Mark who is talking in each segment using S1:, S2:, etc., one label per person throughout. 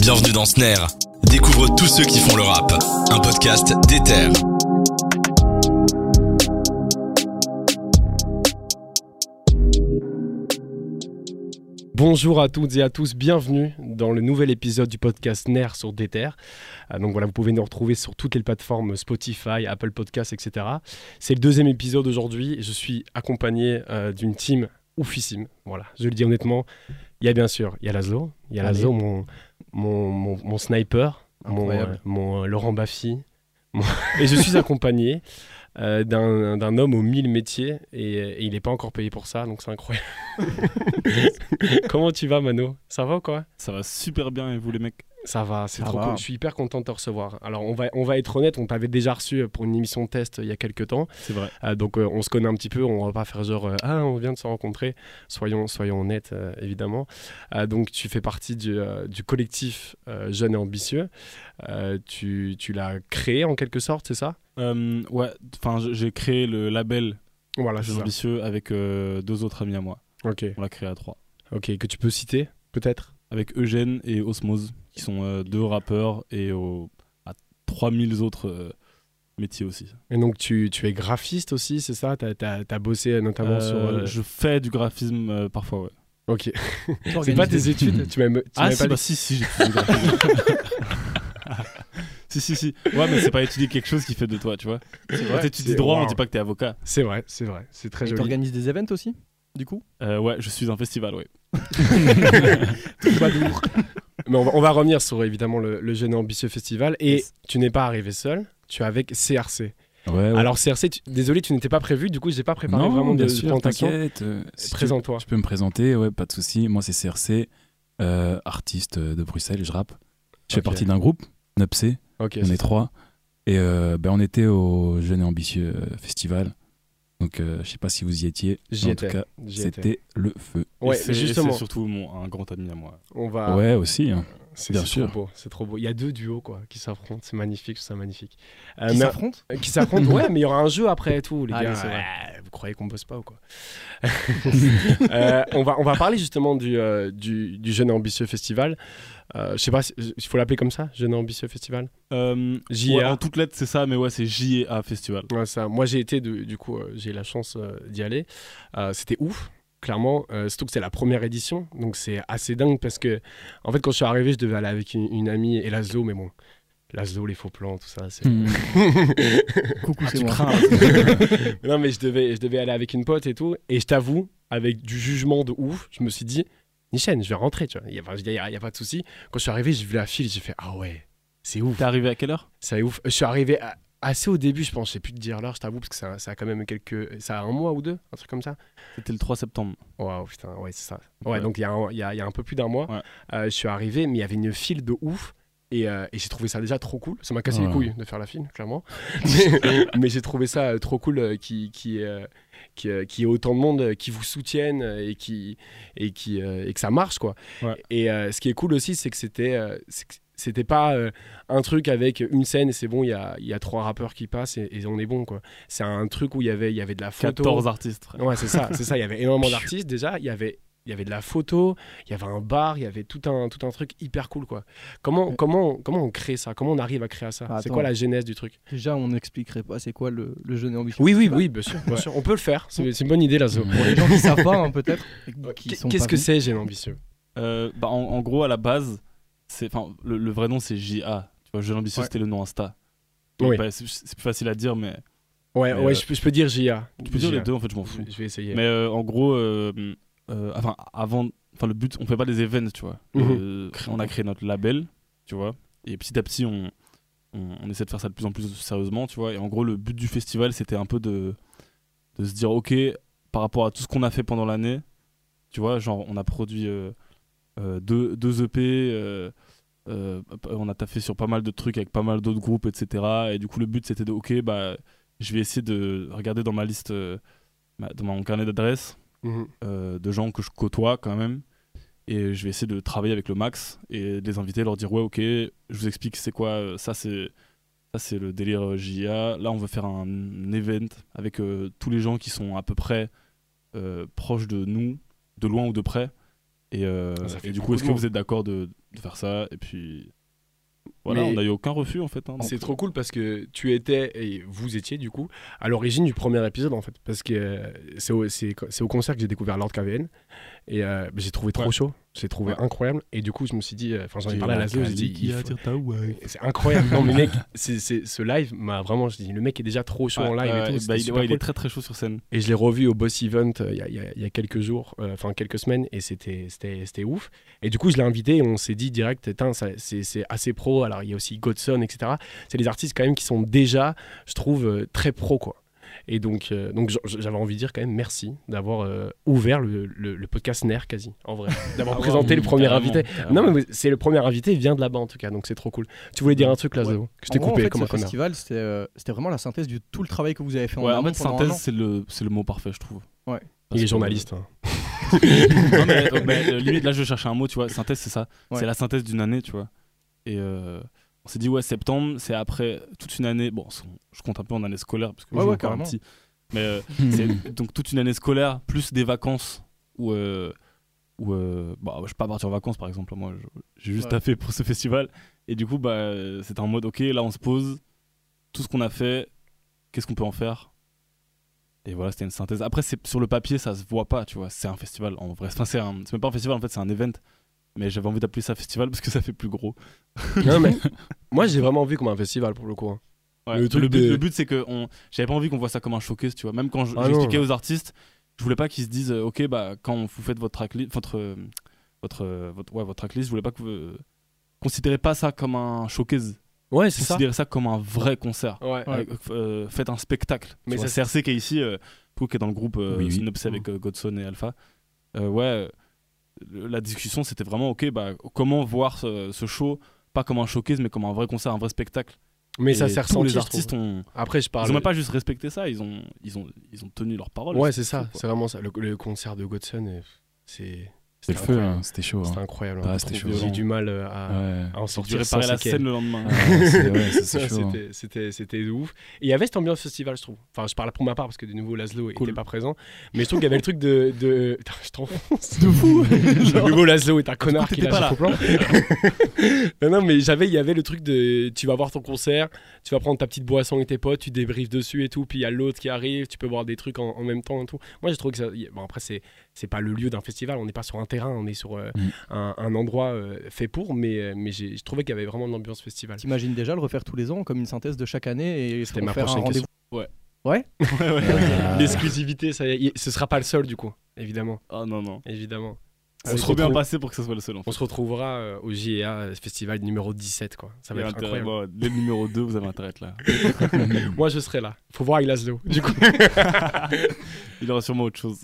S1: Bienvenue dans Snare. Découvre tous ceux qui font le rap. Un podcast d'Ether.
S2: Bonjour à toutes et à tous, bienvenue dans le nouvel épisode du podcast NER sur Déter. Euh, donc voilà, vous pouvez nous retrouver sur toutes les plateformes Spotify, Apple Podcasts, etc. C'est le deuxième épisode aujourd'hui et je suis accompagné euh, d'une team oufissime. Voilà, je le dis honnêtement, il y a bien sûr, il y a Lazlo, il y a
S3: Allez.
S2: Lazlo, mon, mon, mon, mon sniper, mon,
S3: Incroyable.
S2: euh, mon, euh, Laurent Baffy. Mon- et je suis accompagné euh, d'un d'un homme aux mille métiers et, euh, et il n'est pas encore payé pour ça, donc c'est incroyable. Comment tu vas, Mano Ça va ou quoi
S4: Ça va super bien et vous les mecs
S2: Ça va, c'est
S3: Ça
S2: trop
S3: va.
S2: cool. Je suis hyper content de te recevoir. Alors, on va, on va être honnête, on t'avait déjà reçu pour une émission de test euh, il y a quelques temps.
S4: C'est vrai.
S2: Euh, donc, euh, on se connaît un petit peu. On va pas faire genre, euh, ah, on vient de se rencontrer. Soyons, soyons honnêtes, euh, évidemment. Euh, donc, tu fais partie du, euh, du collectif euh, Jeune et Ambitieux. Euh, tu tu l'as créé en quelque sorte, c'est ça
S4: Euh, ouais, enfin j- j'ai créé le label
S2: Voilà, c'est
S4: Jeux
S2: ça.
S4: Ambitieux avec euh, deux autres amis à moi.
S2: Ok,
S4: On l'a créé à trois.
S2: ok. Que tu peux citer, peut-être
S4: Avec Eugène et Osmose, qui sont euh, deux rappeurs et au- à 3000 autres euh, métiers aussi.
S2: Et donc, tu, tu es graphiste aussi, c'est ça T'as as, bossé euh, notamment
S4: Euh,
S2: sur. euh,
S4: Je fais du graphisme euh, parfois, ouais.
S2: Ok. c'est pas tes études Tu m'as tu
S4: Ah
S2: m'avais
S4: si,
S2: pas
S4: bah, si, si, j'ai fait du graphisme. si, si, si. Ouais, mais c'est pas étudier quelque chose qui fait de toi, tu vois.
S2: dit-
S4: Quand
S2: Ouais,
S4: t'étudies
S2: c'est-
S4: droit, on
S2: waouh.
S4: dit pas que t'es avocat.
S2: C'est vrai, c'est vrai, c'est très
S3: Tu
S2: joli.
S3: organises des events aussi, du coup
S4: Euh, ouais, je suis un festival, ouais.
S2: Mais on va, on va revenir sur évidemment le, le jeune et ambitieux festival. Et
S4: Yes.
S2: tu n'es pas arrivé seul, tu es avec CRC.
S5: Ah Ouais, ouais.
S2: Alors CRC, tu- désolé, tu n'étais pas prévu, du coup, j'ai pas préparé vraiment de,
S5: bien
S2: de
S5: sûr,
S2: présentation.
S5: t'inquiète, euh, si tu-
S2: Présente-toi.
S5: Je peux me présenter, ouais, pas de souci. Moi, c'est CRC, euh, artiste euh, de Bruxelles, je rappe. Je fais
S2: Ok.
S5: partie d'un groupe, Nupsé,
S2: Ok.
S5: on est trois. Et euh, ben, on était au Jeune et Ambitieux euh, Festival. Donc, euh, je sais pas si vous y étiez.
S2: J'y
S5: mais en
S2: étais,
S5: tout cas,
S2: j'y étais.
S5: c'était le feu.
S2: Ouais,
S4: Et c'est-
S2: mais
S4: et c'est
S2: justement,
S4: surtout mon, un grand ami à moi.
S2: on va.
S5: Ouais, aussi. hein.
S2: Ah. c'est
S5: bien
S2: c'est
S5: sûr.
S2: Trop beau, c'est trop beau. Il y a deux duos quoi qui s'affrontent, c'est magnifique, c'est magnifique. Euh,
S3: Qui
S2: mais-
S3: s'affrontent
S2: euh, qui s'affrontent. ouais, mais il y aura un jeu après et tout, les
S3: Ah,
S2: gars.
S3: oui, c'est vrai.
S2: Ouais, vous croyez qu'on bosse pas ou quoi Euh, On va on va parler justement du euh, du, du jeune et ambitieux festival. Euh, je sais pas, si- il faut l'appeler comme ça, jeune et ambitieux festival. E
S4: Euh,
S2: JA.
S4: ouais, en toutes lettres, c'est ça, mais ouais, c'est JA Festival.
S2: Ouais, ça. Moi, j'ai été, de- du coup, euh, j'ai eu la chance euh, d'y aller. Euh, c'était ouf, clairement. Euh, surtout que c'est la première édition, donc c'est assez dingue parce que, en fait, quand je suis arrivé, je devais aller avec une, une amie et Laszlo, mais bon, Laszlo, les faux plans, tout ça. c'est-
S5: Hmm. Ah,
S3: Coucou, c'est
S4: tu
S3: moi.
S4: crains.
S2: non, mais je devais, je devais aller avec une pote et tout. Et je t'avoue, avec du jugement de ouf, je me suis dit, Nishen, je vais rentrer, tu vois. Il n'y a, enfin, je veux dire, il y a- il y a pas de souci. Quand je suis arrivé, j'ai vu la file, j'ai fait, ah ouais, c'est ouf.
S4: T'es arrivé à quelle heure
S2: C'est ouf. Je suis arrivé à- assez au début, je pense. Je sais plus te dire l'heure, je t'avoue, parce que ça, ça a quand même quelques. Ça a un mois ou deux, un truc comme ça.
S4: C'était le 3 septembre.
S2: Waouh, putain, ouais, c'est ça. Ouais,
S4: Ouais.
S2: donc il y, a un- il y a, il y a un peu plus d'un mois.
S4: Ouais.
S2: Euh, je suis arrivé, mais il y avait une file de ouf. Et, euh, et j'ai trouvé ça déjà trop cool. Ça m'a cassé les
S5: Ouais.
S2: couilles de faire la file, clairement. mais mais j'ai trouvé ça euh, trop cool euh, qui. qui euh, qui, euh, qu'il y ait autant de monde euh, qui vous soutiennent euh, et qui et qui euh, et que ça marche quoi.
S4: Ouais.
S2: Et euh, ce qui est cool aussi, c'est que c'était euh, c'est que c'était pas euh, un truc avec une scène et c'est bon, il y a, il y a trois rappeurs qui passent et, et on est bon quoi. C'est un truc où il y avait il y avait de la photo.
S4: 14 artistes, frère.
S2: Ouais, c'est ça, c'est ça. Il y avait énormément d'artistes déjà. Il y avait, il y avait de la photo, il y avait un bar, il y avait tout un, tout un truc hyper cool quoi. Comment,
S3: Ouais.
S2: comment, comment on crée ça Comment on arrive à créer ça
S3: Ah,
S2: C'est
S3: Euh. attends.
S2: quoi la genèse du truc
S3: Déjà, on n'expliquerait pas c'est quoi le, le jeune et ambitieux.
S2: Oui, oui,
S3: Festival.
S2: oui, bien sûr, bien sûr. On peut le faire. C'est c'est une bonne idée là. Zo.
S3: Pour les gens qui savent pas, hein, peut-être. et qui
S2: Qu'est-
S3: sont
S2: Qu'est-ce
S3: pas
S2: que
S3: venus.
S2: c'est, Gêne ambitieux
S4: Euh, bah, en, en gros, à la base, c'est, enfin, le, le vrai nom c'est JA. Tu vois, Jeune Ambitieux,
S3: Ouais.
S4: c'était le nom Insta. Donc,
S2: Oui.
S4: bah, c'est, c'est plus facile à dire, mais.
S2: Ouais,
S4: Mais,
S2: ouais,
S4: euh,
S2: je, peux- je peux dire JA.
S4: Tu peux dire
S2: JA.
S4: les deux, en fait, je m'en fous.
S2: Je vais essayer.
S4: Mais euh, en gros, euh, euh, enfin, avant. Enfin, le but, on fait pas des events, tu vois.
S2: Mhm.
S4: Euh, on a créé notre label, tu vois. Et petit à petit, on, on, on essaie de faire ça de plus en plus sérieusement, tu vois. Et en gros, le but du festival, c'était un peu de, de se dire, ok, par rapport à tout ce qu'on a fait pendant l'année, tu vois, genre, on a produit euh, euh, deux, deux EP, euh, euh, on a taffé sur pas mal de trucs avec pas mal d'autres groupes, etc. Et du coup, le but, c'était de, ok, bah, je vais essayer de regarder dans ma liste, euh, ma- dans mon carnet d'adresses
S2: Mhm.
S4: euh, de gens que je côtoie quand même. Et je vais essayer de travailler avec le max et de les inviter, leur dire ouais ok, je vous explique c'est quoi, euh, ça c'est ça c'est le délire euh, JA. Là on veut faire un, event avec euh, tous les gens qui sont à peu près euh, proches de nous, de loin ou de près. Et, euh,
S2: Ça fait
S4: et du
S2: beaucoup
S4: coup est-ce
S2: de
S4: que
S2: monde.
S4: vous êtes d'accord de, de faire ça. Et puis voilà,
S2: Mais-
S4: on n'a eu aucun refus en fait. hein, donc,
S2: C'est trop cool parce que tu étais, et vous étiez du coup, à l'origine du premier épisode en fait. Parce que euh, c'est au, c'est- c'est au concert que j'ai découvert Lord KVN. Et euh, j'ai trouvé trop
S4: Ouais.
S2: chaud. J'ai trouvé
S4: Ouais.
S2: incroyable. Et du coup, je me suis dit, euh, enfin, j'en ai
S4: j'ai
S2: parlé à
S4: la
S2: la zone, j'ai
S4: Cali
S2: dit,
S4: qui
S2: il
S4: a
S2: faut-
S4: tiré ta ouais.
S2: c'est incroyable. non, mais mec, c'est- c'est- ce live m'a vraiment, je dis, le mec est déjà trop chaud en
S4: Ouais,
S2: live
S4: ouais,
S2: et tout.
S4: ouais,
S2: c'était
S4: bah, il,
S2: super
S4: ouais, il est
S2: cool.
S4: très très chaud sur scène.
S2: Et je l'ai revu au Boss Event euh, il y a- il y, a- il y a quelques jours, euh, enfin quelques semaines, et c'était c'était- c'était ouf. Et du coup, je l'ai invité et on s'est dit direct, Tain, ça- c'est c'est assez pro. Alors, il y a aussi Godson, etc. C'est des artistes quand même qui sont déjà, je trouve, euh, très pro, quoi. Et donc, euh, donc j- j'avais envie de dire quand même merci d'avoir euh, ouvert le, le- le podcast NER quasi, en vrai. D'avoir présenté le premier
S4: Carrément,
S2: invité. Non,
S4: carrément.
S2: mais vous- c'est le premier invité, il vient de là-bas en tout cas, donc c'est trop cool. Tu voulais dire un truc là,
S3: Ouais.
S2: Zazo, que je t'ai
S3: En gros,
S2: coupé
S3: en fait,
S2: comme un
S3: ce
S2: connard.
S3: festival, c'était euh, c'était vraiment la synthèse de tout le travail que vous avez fait en
S4: Ouais, en
S3: amont
S4: mode
S3: pendant un
S4: synthèse,
S3: an.
S4: c'est le, c'est le mot parfait, je trouve.
S3: Ouais.
S4: Parce
S2: Il est
S4: que-
S2: journaliste. hein.
S4: Non, mais, euh, mais, euh, limite, là, je cherchais un mot, tu vois. Synthèse, c'est ça.
S3: Ouais.
S4: C'est la synthèse d'une année, tu vois. Et euh, on s'est dit, ouais, septembre, c'est après toute une année. Bon, c'est- je compte un peu en année scolaire, parce que
S3: Ouais,
S4: je suis
S3: ouais,
S4: encore un
S3: carrément.
S4: petit. Mais euh, c'est donc toute une année scolaire, plus des vacances où. euh, où, euh, bah, je peux pas partir en vacances par exemple moi je- j'ai juste
S3: Ouais.
S4: taffé pour ce festival et du coup bah euh, c'était en mode ok là on se pose tout ce qu'on a fait qu'est-ce qu'on peut en faire et voilà c'était une synthèse après c'est sur le papier ça se voit pas tu vois c'est un festival en vrai enfin c'est un- c'est même pas un festival en fait c'est un event mais j'avais envie d'appeler ça festival parce que ça fait plus gros
S2: Non, mais moi j'ai vraiment vu comme un festival pour le coup. hein.
S4: Ouais,
S2: Le
S4: le,
S2: truc
S4: but,
S2: de-
S4: le but, c'est que on... j'avais pas envie qu'on voit ça comme un showcase, tu vois. Même quand je-
S2: Ah non.
S4: j'expliquais aux artistes, je voulais pas qu'ils se disent, euh, ok, bah quand vous faites votre tracklist, votre, euh, votre, euh, votre, ouais, votre tracklist, je voulais pas que vous euh, considérez pas ça comme un showcase.
S2: Ouais, c'est ça.
S4: Considérez ça comme un vrai concert.
S2: Ouais.
S4: Avec- euh, faites un spectacle.
S2: Mais ça,
S4: Mais ça, CRC qui est ici, euh, Pou qui est dans le groupe euh,
S5: Oui, oui.
S4: Synopsis avec euh, Godson et Alpha. euh, ouais, euh, le- la discussion c'était vraiment, ok, bah comment voir ce, ce show, pas comme un showcase, mais comme un vrai concert, un vrai spectacle.
S2: Mais
S4: Et
S2: ça sert
S4: tous
S2: sans
S4: les artistes ont
S2: Après, je parle.
S4: ils ont même pas juste respecté ça, ils ont, ils ont, ils ont tenu leur parole.
S2: Ouais, c'est ça.
S4: quoi.
S2: C'est vraiment ça. Le, le concert de Godson, euh, c'est.
S5: C'était le feu, hein, c'était chaud.
S2: C'était
S5: hein.
S2: incroyable.
S5: Ah,
S2: hein.
S5: c'était
S2: Trop
S5: chaud.
S2: J'ai eu du mal euh, à,
S5: Ouais.
S2: à en
S4: Ils ont dû
S2: sortir. sans
S4: réparer la
S2: séquelles.
S4: scène le lendemain.
S5: Ah, c'est- ouais, ça,
S2: Ça,
S5: c'est chaud. hein.
S2: C'était c'était- c'était ouf. Et il y avait cette ambiance festival, je trouve. Enfin, je parle pour ma part parce que de nouveau Laszlo était
S4: Cool.
S2: pas présent. Mais je trouve qu'il y avait le truc de. de... Putain, je t'enfonce. De fou De nouveau Laszlo est un connard qui
S4: t'étais pas
S2: lâche au plan. non, non, mais j'avais, il y avait le truc de. Tu vas voir ton concert, tu vas prendre ta petite boisson et tes potes, tu débriefes dessus et tout. Puis il y a l'autre qui arrive, tu peux boire des trucs en, en même temps et tout. Moi, j'ai trouvé que ça. Bon, après, c'est, c'est pas le lieu d'un festival, on n'est pas sur un terrain, on est sur euh,
S5: Mm.
S2: un, un endroit euh, fait pour. Mais, euh, mais j'ai, je trouvais qu'il y avait vraiment de l'ambiance festival.
S3: T'imagines déjà le refaire tous les ans comme une synthèse de chaque année et
S2: C'était
S3: faire
S2: ma
S3: un
S2: prochaine
S3: rendez-vous.
S4: Ouais, ouais.
S5: Ah.
S2: L'exclusivité, ça y est, il- ce sera pas le seul du coup, évidemment,
S4: Ah non, non.
S2: évidemment.
S4: C'est
S2: se
S4: trop bien
S2: retrouve-
S4: passé pour que ça soit le seul. En fait.
S2: On se retrouvera euh, au JEA Festival numéro 17 quoi. Ça
S4: Il
S2: va
S4: y a
S2: être
S4: intérêt,
S2: incroyable.
S4: bon, dès le numéro 2, vous avez intérêt à être là.
S2: Moi je serai là. Faut voir Ilaslo. Du coup,
S4: Il y aura sûrement autre chose.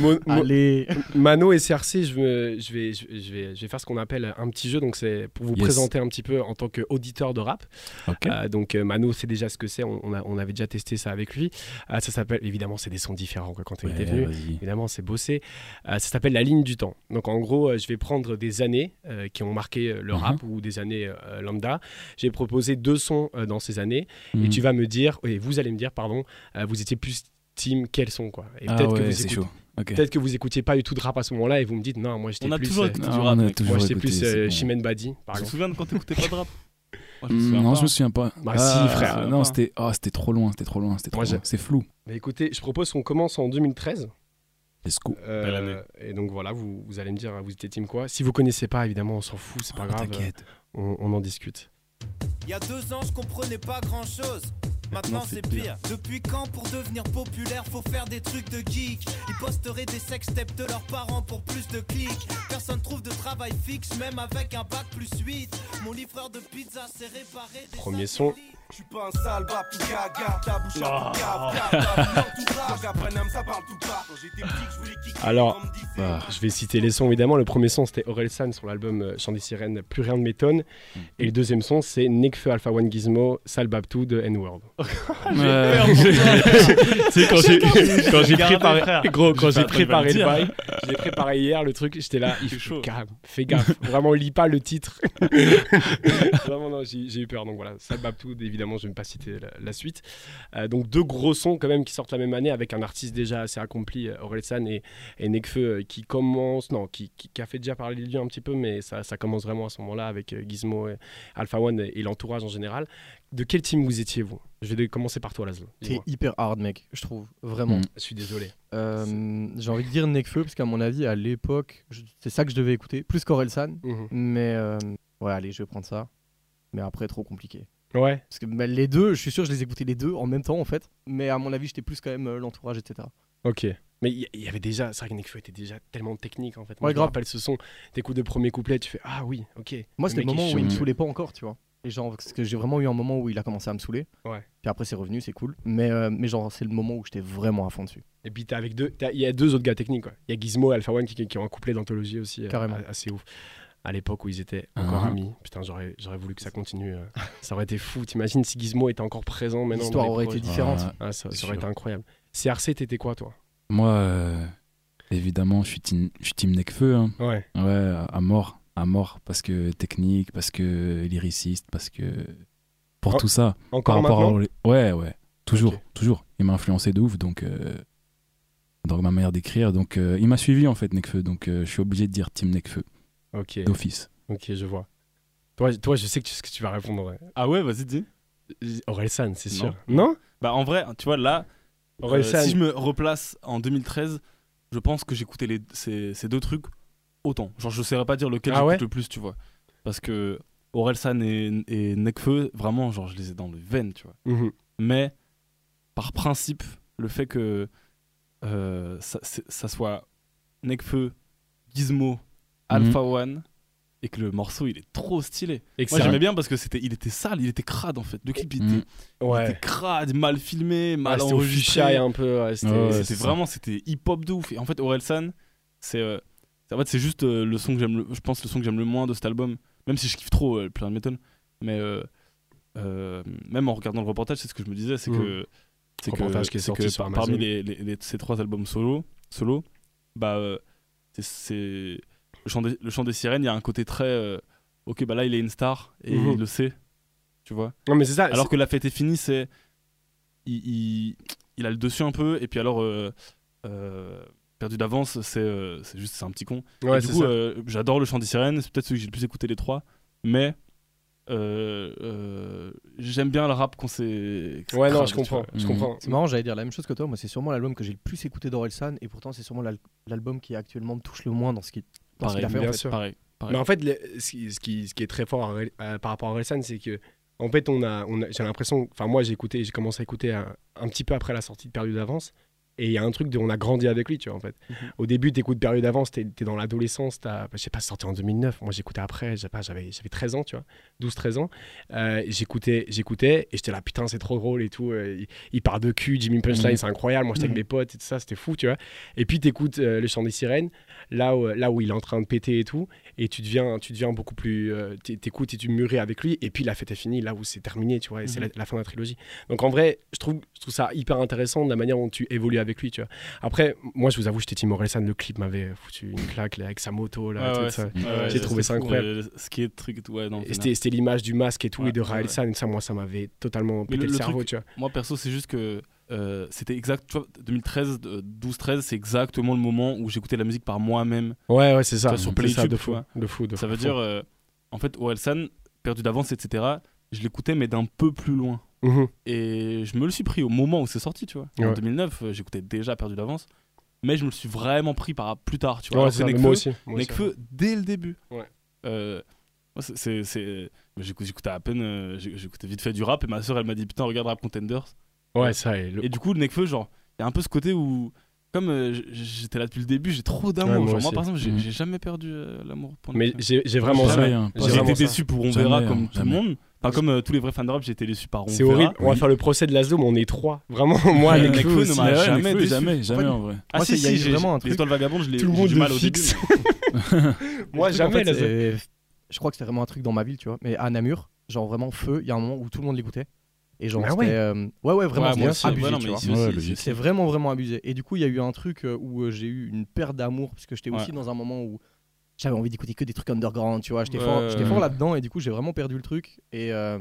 S2: Mo- Mo-
S3: Allez,
S2: Mano et CRC, je, me- je vais, je, je vais, je vais faire ce qu'on appelle un petit jeu. Donc c'est pour vous
S5: Yes.
S2: présenter un petit peu en tant qu'auditeur de rap.
S5: Ok.
S2: Euh, donc euh, Mano sait déjà ce que c'est. On, on a- on avait déjà testé ça avec lui. Euh, ça s'appelle évidemment c'est des sons différents quoi, quand tu
S5: Ouais,
S2: étais venu.
S5: vas-y.
S2: Évidemment, c'est bossé. Euh, ça s'appelle la ligne du temps. Donc, en gros, euh, je vais prendre des années euh, qui ont marqué euh, le
S5: Mhm.
S2: rap ou des années euh, lambda. J'ai proposé deux sons euh, dans ces années et
S5: Mhm.
S2: tu vas me dire, et vous allez me dire, pardon, euh, vous étiez plus team quel son quoi. Et
S5: Ah
S2: peut-être que
S5: ouais,
S2: vous
S5: c'est
S2: écoutez-
S5: chaud. Ok.
S2: peut-être que vous écoutiez pas du tout de rap à ce moment-là et vous me dites, non, moi j'étais
S4: On a
S2: plus.
S4: toujours
S2: euh,
S4: écouté
S5: Non,
S4: du
S5: on
S4: rap.
S5: a
S4: mec.
S5: toujours
S2: moi, j'étais
S5: écouté,
S2: plus
S5: c'est
S2: euh,
S5: bon.
S2: Chimène Badi, par
S4: Tu te
S2: exemple.
S4: souviens de quand t'écoutais pas de rap Moi, me
S5: Hmm,
S4: souviens
S5: non,
S4: pas.
S5: je me souviens pas.
S2: Bah
S5: Ah,
S2: si, frère.
S5: euh,
S4: Je me souviens
S5: Non, c'était ah, c'était trop loin, c'était trop loin, c'était trop
S2: Moi, j'ai-
S5: loin. C'est flou.
S2: Bah, écoutez, je propose qu'on commence en 2013.
S5: Let's go.
S2: Euh,
S4: Belle année.
S2: et donc voilà, vous, vous allez me dire, vous étiez team quoi. Si vous connaissez pas, évidemment, on s'en fout, c'est pas
S5: Ah,
S2: grave. euh,
S5: T'inquiète.
S2: On- on en discute.
S6: Il y a deux ans, je comprenais pas grand chose. Maintenant, c'est pire. Depuis quand, pour devenir populaire, faut faire des trucs de geek Ils posteraient des sextapes de leurs parents pour plus de clics. Personne trouve de travail fixe, même avec un bac plus 8. Mon livreur de pizza s'est réparé. des
S2: Premier son.
S6: satellites.
S7: Je suis pas un sale bap tout gaga, ta bouche à tout
S4: Ah.
S7: gaffe, gaffe, gaffe, non, tout grave, gaffe, Paname, ça parle tout bas. Quand j'étais petit, je voulais kicker,
S2: Alors, ah.
S7: on me disait,
S5: bah,
S2: Je vais citer les sons évidemment. Le premier son c'était Aurel San sur l'album euh, Chant des Sirènes, Plus rien ne m'étonne. Et le deuxième son c'est Nekfeu Alpha One Gizmo, Sal Babtou de N-World.
S5: Ouais.
S2: tu sais, quand j'ai, quand j'ai
S4: Gardez,
S2: préparé,
S4: frère.
S2: gros, quand j'ai
S4: J'ai pas
S2: préparé
S4: le droit de
S2: le
S4: le
S2: bail, je l'ai préparé hier, le truc, j'étais là, il
S4: C'est
S2: faut
S4: chaud.
S2: calme, fais gaffe, vraiment lis pas le titre. vraiment, non, j'ai, j'ai eu peur. Donc voilà, Sal Babtou évidemment, je ne vais pas citer la, la suite. Euh, donc deux gros sons quand même qui sortent la même année avec un artiste déjà assez accompli, euh, Orelsan et, et Nekfeu, euh, qui commence, non, qui, qui, qui a fait déjà parler de lui un petit peu, mais ça, ça commence vraiment à ce moment-là avec euh, Gizmo, et Alpha One et, et l'entourage en général. De quel team vous étiez vous Je vais commencer par toi, Lazlo.
S3: T'es hyper hard, mec, je trouve, vraiment.
S5: Mm.
S2: Je suis désolé.
S3: Euh, J'ai envie de dire Nekfeu, parce qu'à mon avis, à l'époque, je- c'est ça que je devais écouter, plus qu'Orelsan.
S2: Mhm.
S3: Mais euh, ouais, allez, je vais prendre ça. Mais après, trop compliqué.
S2: Ouais.
S3: Parce que bah, les deux, je suis sûr, je les écoutais les deux en même temps, en fait. Mais à mon avis, j'étais plus quand même euh, l'entourage, etc.
S2: Ok. Mais il y- il y, avait déjà, c'est vrai que Nekfeu était déjà tellement technique en fait. Moi,
S3: Ouais,
S2: je me
S3: grave.
S2: rappelle ce son, t'écoutes le premier couplet, tu fais Ah oui, ok.
S3: Moi, c'était le
S2: mec est
S3: moment où
S2: chaud.
S3: il me saoulait pas encore, tu vois. Et genre, parce que j'ai vraiment eu un moment où il a commencé à me saouler.
S2: Ouais.
S3: Puis après, c'est revenu, c'est cool. Mais, euh, mais genre, c'est le moment où j'étais vraiment à fond dessus.
S2: Et puis t'as avec deux, t'as- il y a deux autres gars techniques quoi. Il y a Gizmo et Alpha One qui, qui- qui ont un couplet d'anthologie aussi, euh,
S3: Carrément.
S2: a- assez ouf. À l'époque où ils étaient encore
S5: Ah.
S2: amis, putain j'aurais, j'aurais voulu que ça continue. euh. ça aurait été fou. T'imagines si Gizmo était encore présent maintenant. dans
S3: L'histoire
S2: les
S3: aurait été
S2: projets.
S3: différente.
S5: Ouais.
S2: Ah, ça, ça
S5: C'est
S2: aurait
S5: sûr.
S2: été incroyable. CRC, t'étais quoi toi
S5: Moi, euh, évidemment, je suis team, je suis team Nekfeu. hein.
S2: Ouais.
S5: Ouais, à à mort, à mort, parce que technique, parce que lyriciste, parce que pour
S2: Oh,
S5: tout ça.
S2: Encore
S5: à
S2: maintenant.
S5: Orly- ouais, ouais, toujours,
S2: Ok.
S5: toujours. Il m'a influencé de ouf, donc euh, dans ma manière d'écrire, donc euh, il m'a suivi en fait Nekfeu, donc euh, je suis obligé de dire Team Nekfeu
S2: Ok.
S5: d'office.
S2: Ok, je vois. Toi, toi, je sais que tu, ce que tu vas répondre. ouais.
S4: Ah ouais, vas-y, dis.
S2: Orelsan, c'est
S4: Non.
S2: sûr. Non,
S4: Bah en vrai, tu vois, là, euh,
S2: Orelsan.
S4: si je me replace en 2013, je pense que j'écoutais les- ces, ces deux trucs autant. Genre, je saurais pas dire lequel
S2: Ah
S4: j'écoute
S2: ouais
S4: le plus, tu vois. Parce que Orelsan et, et Nekfeu, vraiment, genre, je les ai dans le veine, tu vois.
S2: Mhm.
S4: mais par principe, le fait que euh, ça, c'est- ça soit Nekfeu, Gizmo,
S2: Mhm.
S4: Alpha One, et que le morceau il est trop stylé.
S2: Et que c'est
S4: Moi
S2: un- Mm.
S4: j'aimais bien parce que c'était, il était sale, il était crade en fait. Le clip il,
S5: Mhm.
S4: était, il
S2: Ouais.
S4: était crade, mal filmé, mal
S2: Ouais, c'était au
S4: enregistré.
S2: fisheye un peu. ouais, c'était-
S5: Ouais,
S4: Et
S5: ouais.
S4: c'était
S5: c'est ça.
S4: vraiment, c'était hip hop de ouf. Et en fait Orelsan, c'est euh, en fait c'est juste euh, le son que j'aime, le- je pense le son que j'aime le moins de cet album. Même si je kiffe trop euh, plein de méthodes, mais euh, euh, même en regardant le reportage, c'est ce que je me disais, c'est
S2: Mhm.
S4: que c'est que,
S2: Reportage qui est
S4: c'est
S2: sorti
S4: que
S2: sur
S4: par-
S2: Amazon.
S4: parmi les, les- les- ces trois albums solo, solo bah, euh, c'est- c'est le chant, des, le chant des sirènes, il y a un côté très euh, ok, bah là il est une star et
S2: Mhm.
S4: il le sait, tu vois.
S2: Non, mais c'est ça.
S4: Alors que la fête est finie, c'est il, il, il a le dessus un peu, et puis alors euh, euh, perdu d'avance, c'est euh, c'est juste c'est un petit con.
S2: c'est- ouais,
S4: Et du
S2: c'est
S4: coup,
S2: ça.
S4: euh, j'adore le chant des sirènes, c'est peut-être celui que j'ai le plus écouté les trois, mais euh, euh, j'aime bien le rap quand c'est. que c'est
S2: Ouais, non,
S4: crade,
S2: je
S4: tu
S2: comprends.
S4: vois. Mm.
S2: Je
S5: Mhm.
S2: comprends.
S3: C'est marrant, j'allais dire la même chose que toi. Moi, c'est sûrement l'album que j'ai le plus écouté d'Orelsan. Et pourtant, c'est sûrement l'al- l'album qui actuellement me touche le moins dans ce qu'il dans ce qu'il
S4: Pareil,
S3: a fait.
S2: bien
S3: en fait.
S2: sûr.
S4: Pareil. pareil.
S2: Mais en fait, le- ce, qui, ce qui- ce qui est très fort à Aurel- à- par rapport à Orelsan, c'est que, en fait, on a, on a- j'ai l'impression, enfin, moi, j'ai écouté, j'ai commencé à écouter un, un petit peu après la sortie de Période d'avance, et il y a un truc de, on a grandi avec lui, tu vois, en fait.
S5: Mhm.
S2: Au début, t'écoutes Période d'avance, t'es, t'es dans l'adolescence, t'as, je sais pas, c'est sorti en 2009, moi, j'écoutais après, je sais pas, j'avais, j'avais 13 ans, tu vois, 12-13 ans, Euh, j'écoutais, j'écoutais, et j'étais là, putain, c'est trop drôle et tout, euh, il, il parle de cul, Jimmy Punchline,
S5: Mhm.
S2: c'est incroyable, moi, j'étais avec mes potes et tout ça, c'était fou, tu vois. Et puis, t'écoutes euh, Le Chant des Sirènes, là où, là où il est en train de péter et tout, et tu deviens, tu deviens beaucoup plus. euh, t'é- T'écoutes et tu mûris avec lui, et puis la fête est finie, là où c'est terminé, tu vois, et c'est la,
S4: Mhm.
S2: la fin de la trilogie. Donc en vrai, je trouve, je trouve ça hyper intéressant de la manière dont tu évolues avec lui, tu vois. Après, moi je vous avoue, j'étais Tim Orelsan, le clip m'avait foutu une claque là, avec sa moto, là,
S4: Ouais,
S2: tout
S4: ouais,
S2: ça.
S4: c'est- ouais,
S2: J'ai
S4: ouais,
S2: trouvé
S4: c'est
S2: ça
S4: fou,
S2: incroyable.
S4: euh, Ce qui est truc, ouais, non,
S2: Et
S4: vénère.
S2: C'était c'était l'image du masque et tout,
S4: Ouais,
S2: et de
S4: ouais,
S2: Orelsan, et ça, moi ça m'avait totalement pété
S4: le-
S2: le,
S4: le
S2: cerveau,
S4: truc-
S2: tu vois.
S4: Moi perso, c'est juste que euh, c'était exact. Tu vois, 2013, euh, 12-13, c'est exactement le moment où j'écoutais la musique par moi-même.
S2: Ouais, ouais, c'est ça.
S4: Tu vois, sur Play
S2: c'est ça,
S4: YouTube,
S2: de
S4: tu
S2: fou,
S4: vois.
S2: de fou, de
S4: Ça
S2: fou,
S4: veut
S2: de
S4: dire,
S2: fou.
S4: euh, en fait, Orelsan, perdu d'avance, etc. Je l'écoutais, mais d'un peu plus loin.
S2: Mhm.
S4: Et je me le suis pris au moment où c'est sorti, tu vois. En
S2: Ouais.
S4: 2009, euh, j'écoutais déjà perdu d'avance, mais je me le suis vraiment pris par plus tard, tu vois.
S2: Ouais,
S4: Alors
S2: c'est ça,
S4: que
S2: mais
S4: Nekfeu,
S2: moi aussi. moi aussi,
S4: Nekfeu dès le début.
S2: Ouais.
S4: Euh, moi, c'est- c'est- c'est- moi, j'écou- J'écoutais à peine, euh, j'ai- j'écoutais vite fait du rap et ma soeur elle m'a dit putain regarde Rap Contenders.
S2: ouais. Ouais, ça, et le-
S4: Et du coup, le Nekfeu, genre, il y a un peu ce côté où, comme euh, j- j'étais là depuis le début, j'ai trop d'amour.
S2: Ouais, moi
S4: Genre, moi
S2: aussi. Mm-hmm.
S4: par exemple, j'ai
S5: Mhm.
S4: j'ai jamais perdu euh, l'amour pour
S2: Mais
S4: Nekfeu.
S2: j'ai j'ai vraiment
S4: Jamais,
S2: ça.
S5: hein,
S2: j'ai
S5: pas-
S4: j'ai
S2: vraiment
S4: été
S2: ça.
S4: déçu pour On
S5: Jamais,
S4: verra
S5: hein,
S4: comme tout le
S5: jamais.
S4: monde. Enfin, comme euh, tous les vrais fans de rap, j'ai été déçu par On
S2: C'est
S4: verra.
S2: horrible. On va faire le procès de Laszlo, mais on est trois. Vraiment, moi,
S4: Ouais,
S2: avec
S4: Nekfeu,
S2: Nekfeu
S4: non,
S2: aussi.
S4: mais-
S5: Ouais,
S4: jamais
S5: Nekfeu,
S4: déçu.
S5: jamais, jamais en vrai.
S4: Ah
S3: Moi,
S4: si,
S3: c'est- il y a
S4: si,
S3: eu
S4: j'ai
S3: vraiment un truc-
S4: L'histoire vagabonde, je l'ai
S2: Tout le
S4: j'ai
S2: monde
S4: du
S2: le
S4: mal au début.
S2: fixe.
S4: mais-
S2: Moi,
S3: Le truc, en
S2: jamais,
S3: fait,
S2: Laszlo.
S3: c'est- Je crois que c'était vraiment un truc dans ma ville, tu vois. Mais à Namur, genre vraiment feu, il y a un moment où tout le monde l'écoutait. Et genre,
S2: Ah
S3: c'était,
S2: ouais.
S3: euh, ouais, ouais, vraiment,
S4: Ouais,
S3: c'était
S4: moi aussi,
S3: abusé,
S4: ouais, non,
S3: tu
S4: mais
S3: vois.
S4: ici
S5: Ouais,
S4: aussi,
S5: le
S4: ici
S5: vieux.
S4: aussi.
S3: C'est vraiment vraiment abusé. Et du coup, il y a eu un truc euh, où euh, j'ai eu une perte d'amour parce que j'étais
S4: Ouais.
S3: aussi dans un moment où j'avais envie d'écouter que des trucs underground, tu vois. J'étais
S4: Ouais,
S3: fort,
S4: ouais,
S3: j'étais
S4: ouais.
S3: fort là-dedans et du coup, j'ai vraiment perdu le truc. Et euh,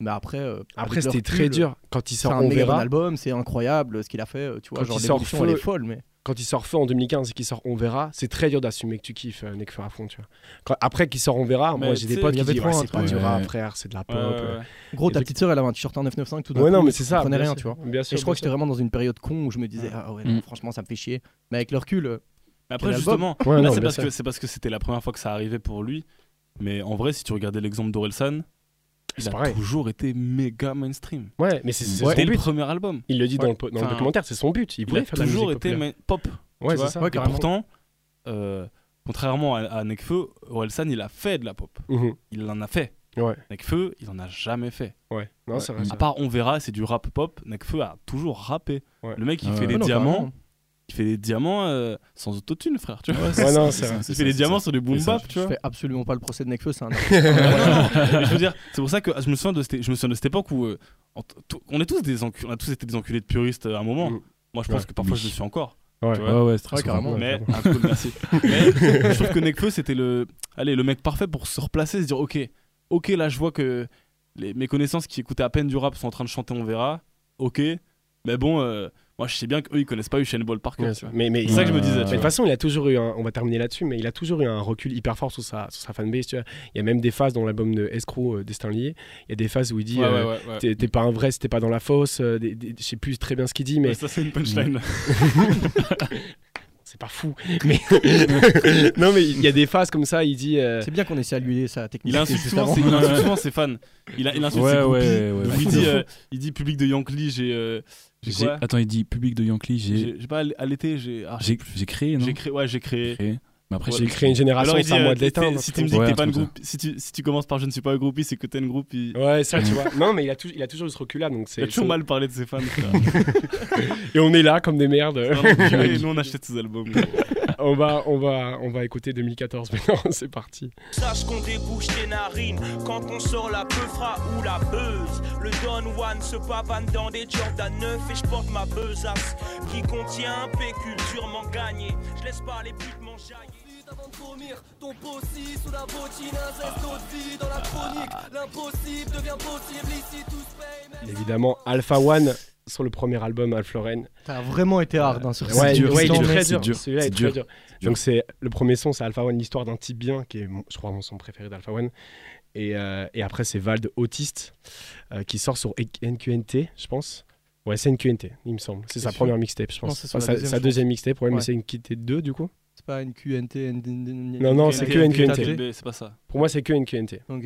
S3: Mais après, euh,
S2: Après,
S3: avec leur
S2: c'était très
S3: cul,
S2: dur. Quand il
S3: C'est
S2: sort
S3: un
S2: On
S3: meilleur
S2: verra,
S3: album, c'est incroyable ce qu'il a fait. euh, Tu vois,
S2: Quand
S3: genre
S2: il sort
S3: l'évolution, elle est
S2: Feu-
S3: folle, mais
S2: quand il sort Feu en 2015 et qu'il sort On verra, c'est très dur d'assumer que tu kiffes euh, Nekfeu à fond, tu vois. Quand- après qu'il sort On verra,
S4: Mais
S2: moi j'ai
S4: tu
S2: des
S4: sais,
S2: potes
S3: il
S2: qui
S3: y avait
S2: disent
S3: trop
S2: ouais,
S3: un
S2: c'est pas
S5: truc.
S2: du
S5: Ouais.
S2: rap, frère, c'est de la pop. euh.
S3: gros, ta
S2: Des
S3: petite sœur, elle avait un t-shirt en 995 tout d'un
S2: Ouais,
S3: coup,
S2: non, mais
S3: tu
S2: c'est ça.
S3: comprenais
S2: bien
S3: rien,
S2: sûr.
S3: tu vois.
S2: Bien sûr.
S3: Et je crois que j'étais
S2: bien
S3: vraiment dans une période con où je me disais, ah ouais, non,
S5: Mm.
S3: franchement, ça me fait chier. Mais avec le recul, euh,
S4: Mais après,
S3: Quel album
S4: justement,
S2: sûr. Ouais,
S4: là,
S2: non,
S4: c'est
S2: bien
S4: parce
S2: sûr.
S4: que c'est parce que c'était la première fois que ça arrivait pour lui. Mais en vrai, si tu regardais l'exemple d'Orelsan, il
S2: C'est
S4: a
S2: pareil.
S4: toujours été méga mainstream.
S2: Ouais, mais c'est c'est
S4: C'était
S2: son
S4: le
S2: but.
S4: premier album.
S2: Il le dit dans
S4: Ouais.
S2: le po- dans le
S4: Enfin,
S2: documentaire, c'est son but. Il
S4: Il a
S2: voulait faire de la
S4: toujours
S2: musique
S4: été
S2: populaire.
S4: main- pop.
S2: Ouais,
S4: tu vois.
S2: c'est ça.
S3: Ouais,
S4: Et
S3: carrément.
S4: pourtant, euh, contrairement à, à Nekfeu, Orelsan, il a fait de la pop.
S2: Mhm.
S4: Il en a fait.
S2: Ouais.
S4: Nekfeu, il en a jamais fait.
S2: Ouais. Non,
S5: Ouais.
S2: c'est vrai.
S5: Mm.
S2: c'est
S4: À
S2: vrai.
S4: part On verra, c'est du rap pop. Nekfeu a toujours rappé.
S2: Ouais.
S4: Le mec, il
S5: Ah
S4: fait
S5: ouais.
S4: des
S3: ouais, non,
S4: diamants.
S3: carrément.
S4: Il fait des diamants euh, sans autotune, frère. Tu vois
S2: Ouais, non, c'est vrai.
S4: il fait des diamants sur du boom
S5: C'est ça,
S4: bap, tu
S3: Je
S4: vois.
S3: fais absolument pas le procès de Nekfeu, c'est un
S4: Mais je veux dire, c'est pour ça que je me souviens de cette, je me souviens de cette époque où euh, en t- tout- on, est tous des encu- on a tous été des enculés de puristes euh, à un moment.
S2: Mm.
S4: Moi, je pense
S2: Ouais.
S4: que parfois
S5: Oui.
S4: je le suis encore.
S2: Ouais.
S4: tu vois.
S5: Ouais, ouais, c'est très
S3: Ouais,
S5: souvent.
S3: carrément.
S4: mais
S2: clairement.
S4: un coup, merci. Mais je trouve que Nekfeu, c'était le, allez, le mec parfait pour se replacer, se dire ok, ok, là, je vois que les, mes connaissances qui écoutaient à peine du rap sont en train de chanter, on verra. Ok, mais bon, euh, moi, je sais bien qu'eux, ils connaissent pas Usain Ball par cœur.
S2: Ouais,
S4: tu vois.
S2: Mais mais
S4: C'est ça que je me disais.
S5: Ouais.
S2: Mais
S4: tu
S2: de toute
S4: vois.
S2: façon, il a toujours eu un, on va terminer là-dessus, mais il a toujours eu un recul hyper fort sur sa, sur sa fanbase. Tu vois. Il y a même des phases dans l'album de Escroc, euh, Destin Lié, il y a des phases où il dit
S4: Ouais,
S2: euh,
S4: ouais, ouais, ouais.
S2: t'es- T'es pas un vrai, c'était pas dans la fosse, euh, des- des- je sais plus très bien ce qu'il dit, mais
S4: Ouais, ça, c'est une punchline.
S2: c'est pas fou. Mais... non, mais il y a des phases comme ça, il dit. euh,
S3: C'est bien qu'on essaie à lui aider sa technique.
S4: Il insulte
S3: juste
S4: souvent,
S3: avant.
S4: ses- il insulte souvent ses fans. Il, a- il insulte
S5: Ouais,
S4: ses
S5: ouais,
S4: groupies.
S5: ouais,
S4: Donc,
S5: ouais.
S4: il, dit, euh, il dit public de Yankee, j'ai. euh, j'ai
S5: J'ai-
S4: quoi
S5: Attends, il dit public de Yankee, j'ai
S4: J'ai j'ai pas à l- à l'été, j'ai. ah,
S5: j'ai j'ai créé, non
S4: j'ai créé. Ouais, j'ai créé.
S5: Créé. Mais après,
S4: Ouais,
S2: J'ai créé une génération,
S4: Alors il
S2: c'est
S4: dit,
S2: à moi
S4: euh,
S2: de
S4: t'es-
S2: l'éteindre.
S4: si tu me dis que
S5: Ouais,
S4: t'es
S5: un
S4: pas un
S5: truc
S4: groupe, si tu, si tu commences par je ne suis pas un groupie, c'est que t'es un groupe, il,
S2: Ouais, ça, tu vois. Non, mais il a, tou- il a toujours eu ce recul-là. Donc
S4: il a
S2: c'est
S4: toujours mal parlé de ses fans. frère.
S2: Et on est là comme des merdes.
S4: C'est vraiment dur, et nous on achetait ses albums.
S2: on, va, on, va, on va écouter 2014 maintenant, c'est parti.
S8: Sache qu'on débouche tes narines quand on sort la peufra ou la beuse. Le Don Juan se pavane dans des Jordan 9 et je porte ma besace qui contient un pécule durement gagné. Je laisse pas les putes m'enjailler.
S6: Vite avant de vomir, ton possi sous la bottine, un zeste aussi dans la chronique. L'impossible devient possible ici, tout se paye. même-
S2: Évidemment, Alpha One sur le premier album, Alfloren.
S3: T'as vraiment été hard hein, sur
S5: C'est
S3: ça.
S2: Ouais,
S5: dur,
S2: ouais,
S5: c'est
S2: il est
S5: dur,
S2: très
S5: c'est
S2: dur.
S5: dur,
S2: Celui-là est
S5: c'est
S2: très
S5: dur.
S2: dur. Donc c'est le premier son, c'est Alpha One, l'histoire d'un type bien, qui est, mon- je crois, mon son préféré d'Alpha One. Et, euh, et après, c'est Vald Autiste euh, qui sort sur NQNT, je pense. Ouais, c'est NQNT, il me semble. C'est
S3: C'est
S2: sa
S3: sûr.
S2: première mixtape, je pense.
S3: Non, c'est sur
S2: Enfin, sa,
S3: la deuxième,
S2: sa
S3: je
S2: deuxième mixtape, ouais, mais
S3: Ouais.
S2: c'est NQNT 2 du coup.
S3: C'est pas une QNT.
S2: Non,
S4: Oh,
S2: non, c'est que NQNT.
S4: Mais C'est pas ça.
S2: Pour moi, c'est que NQNT.
S3: Ok.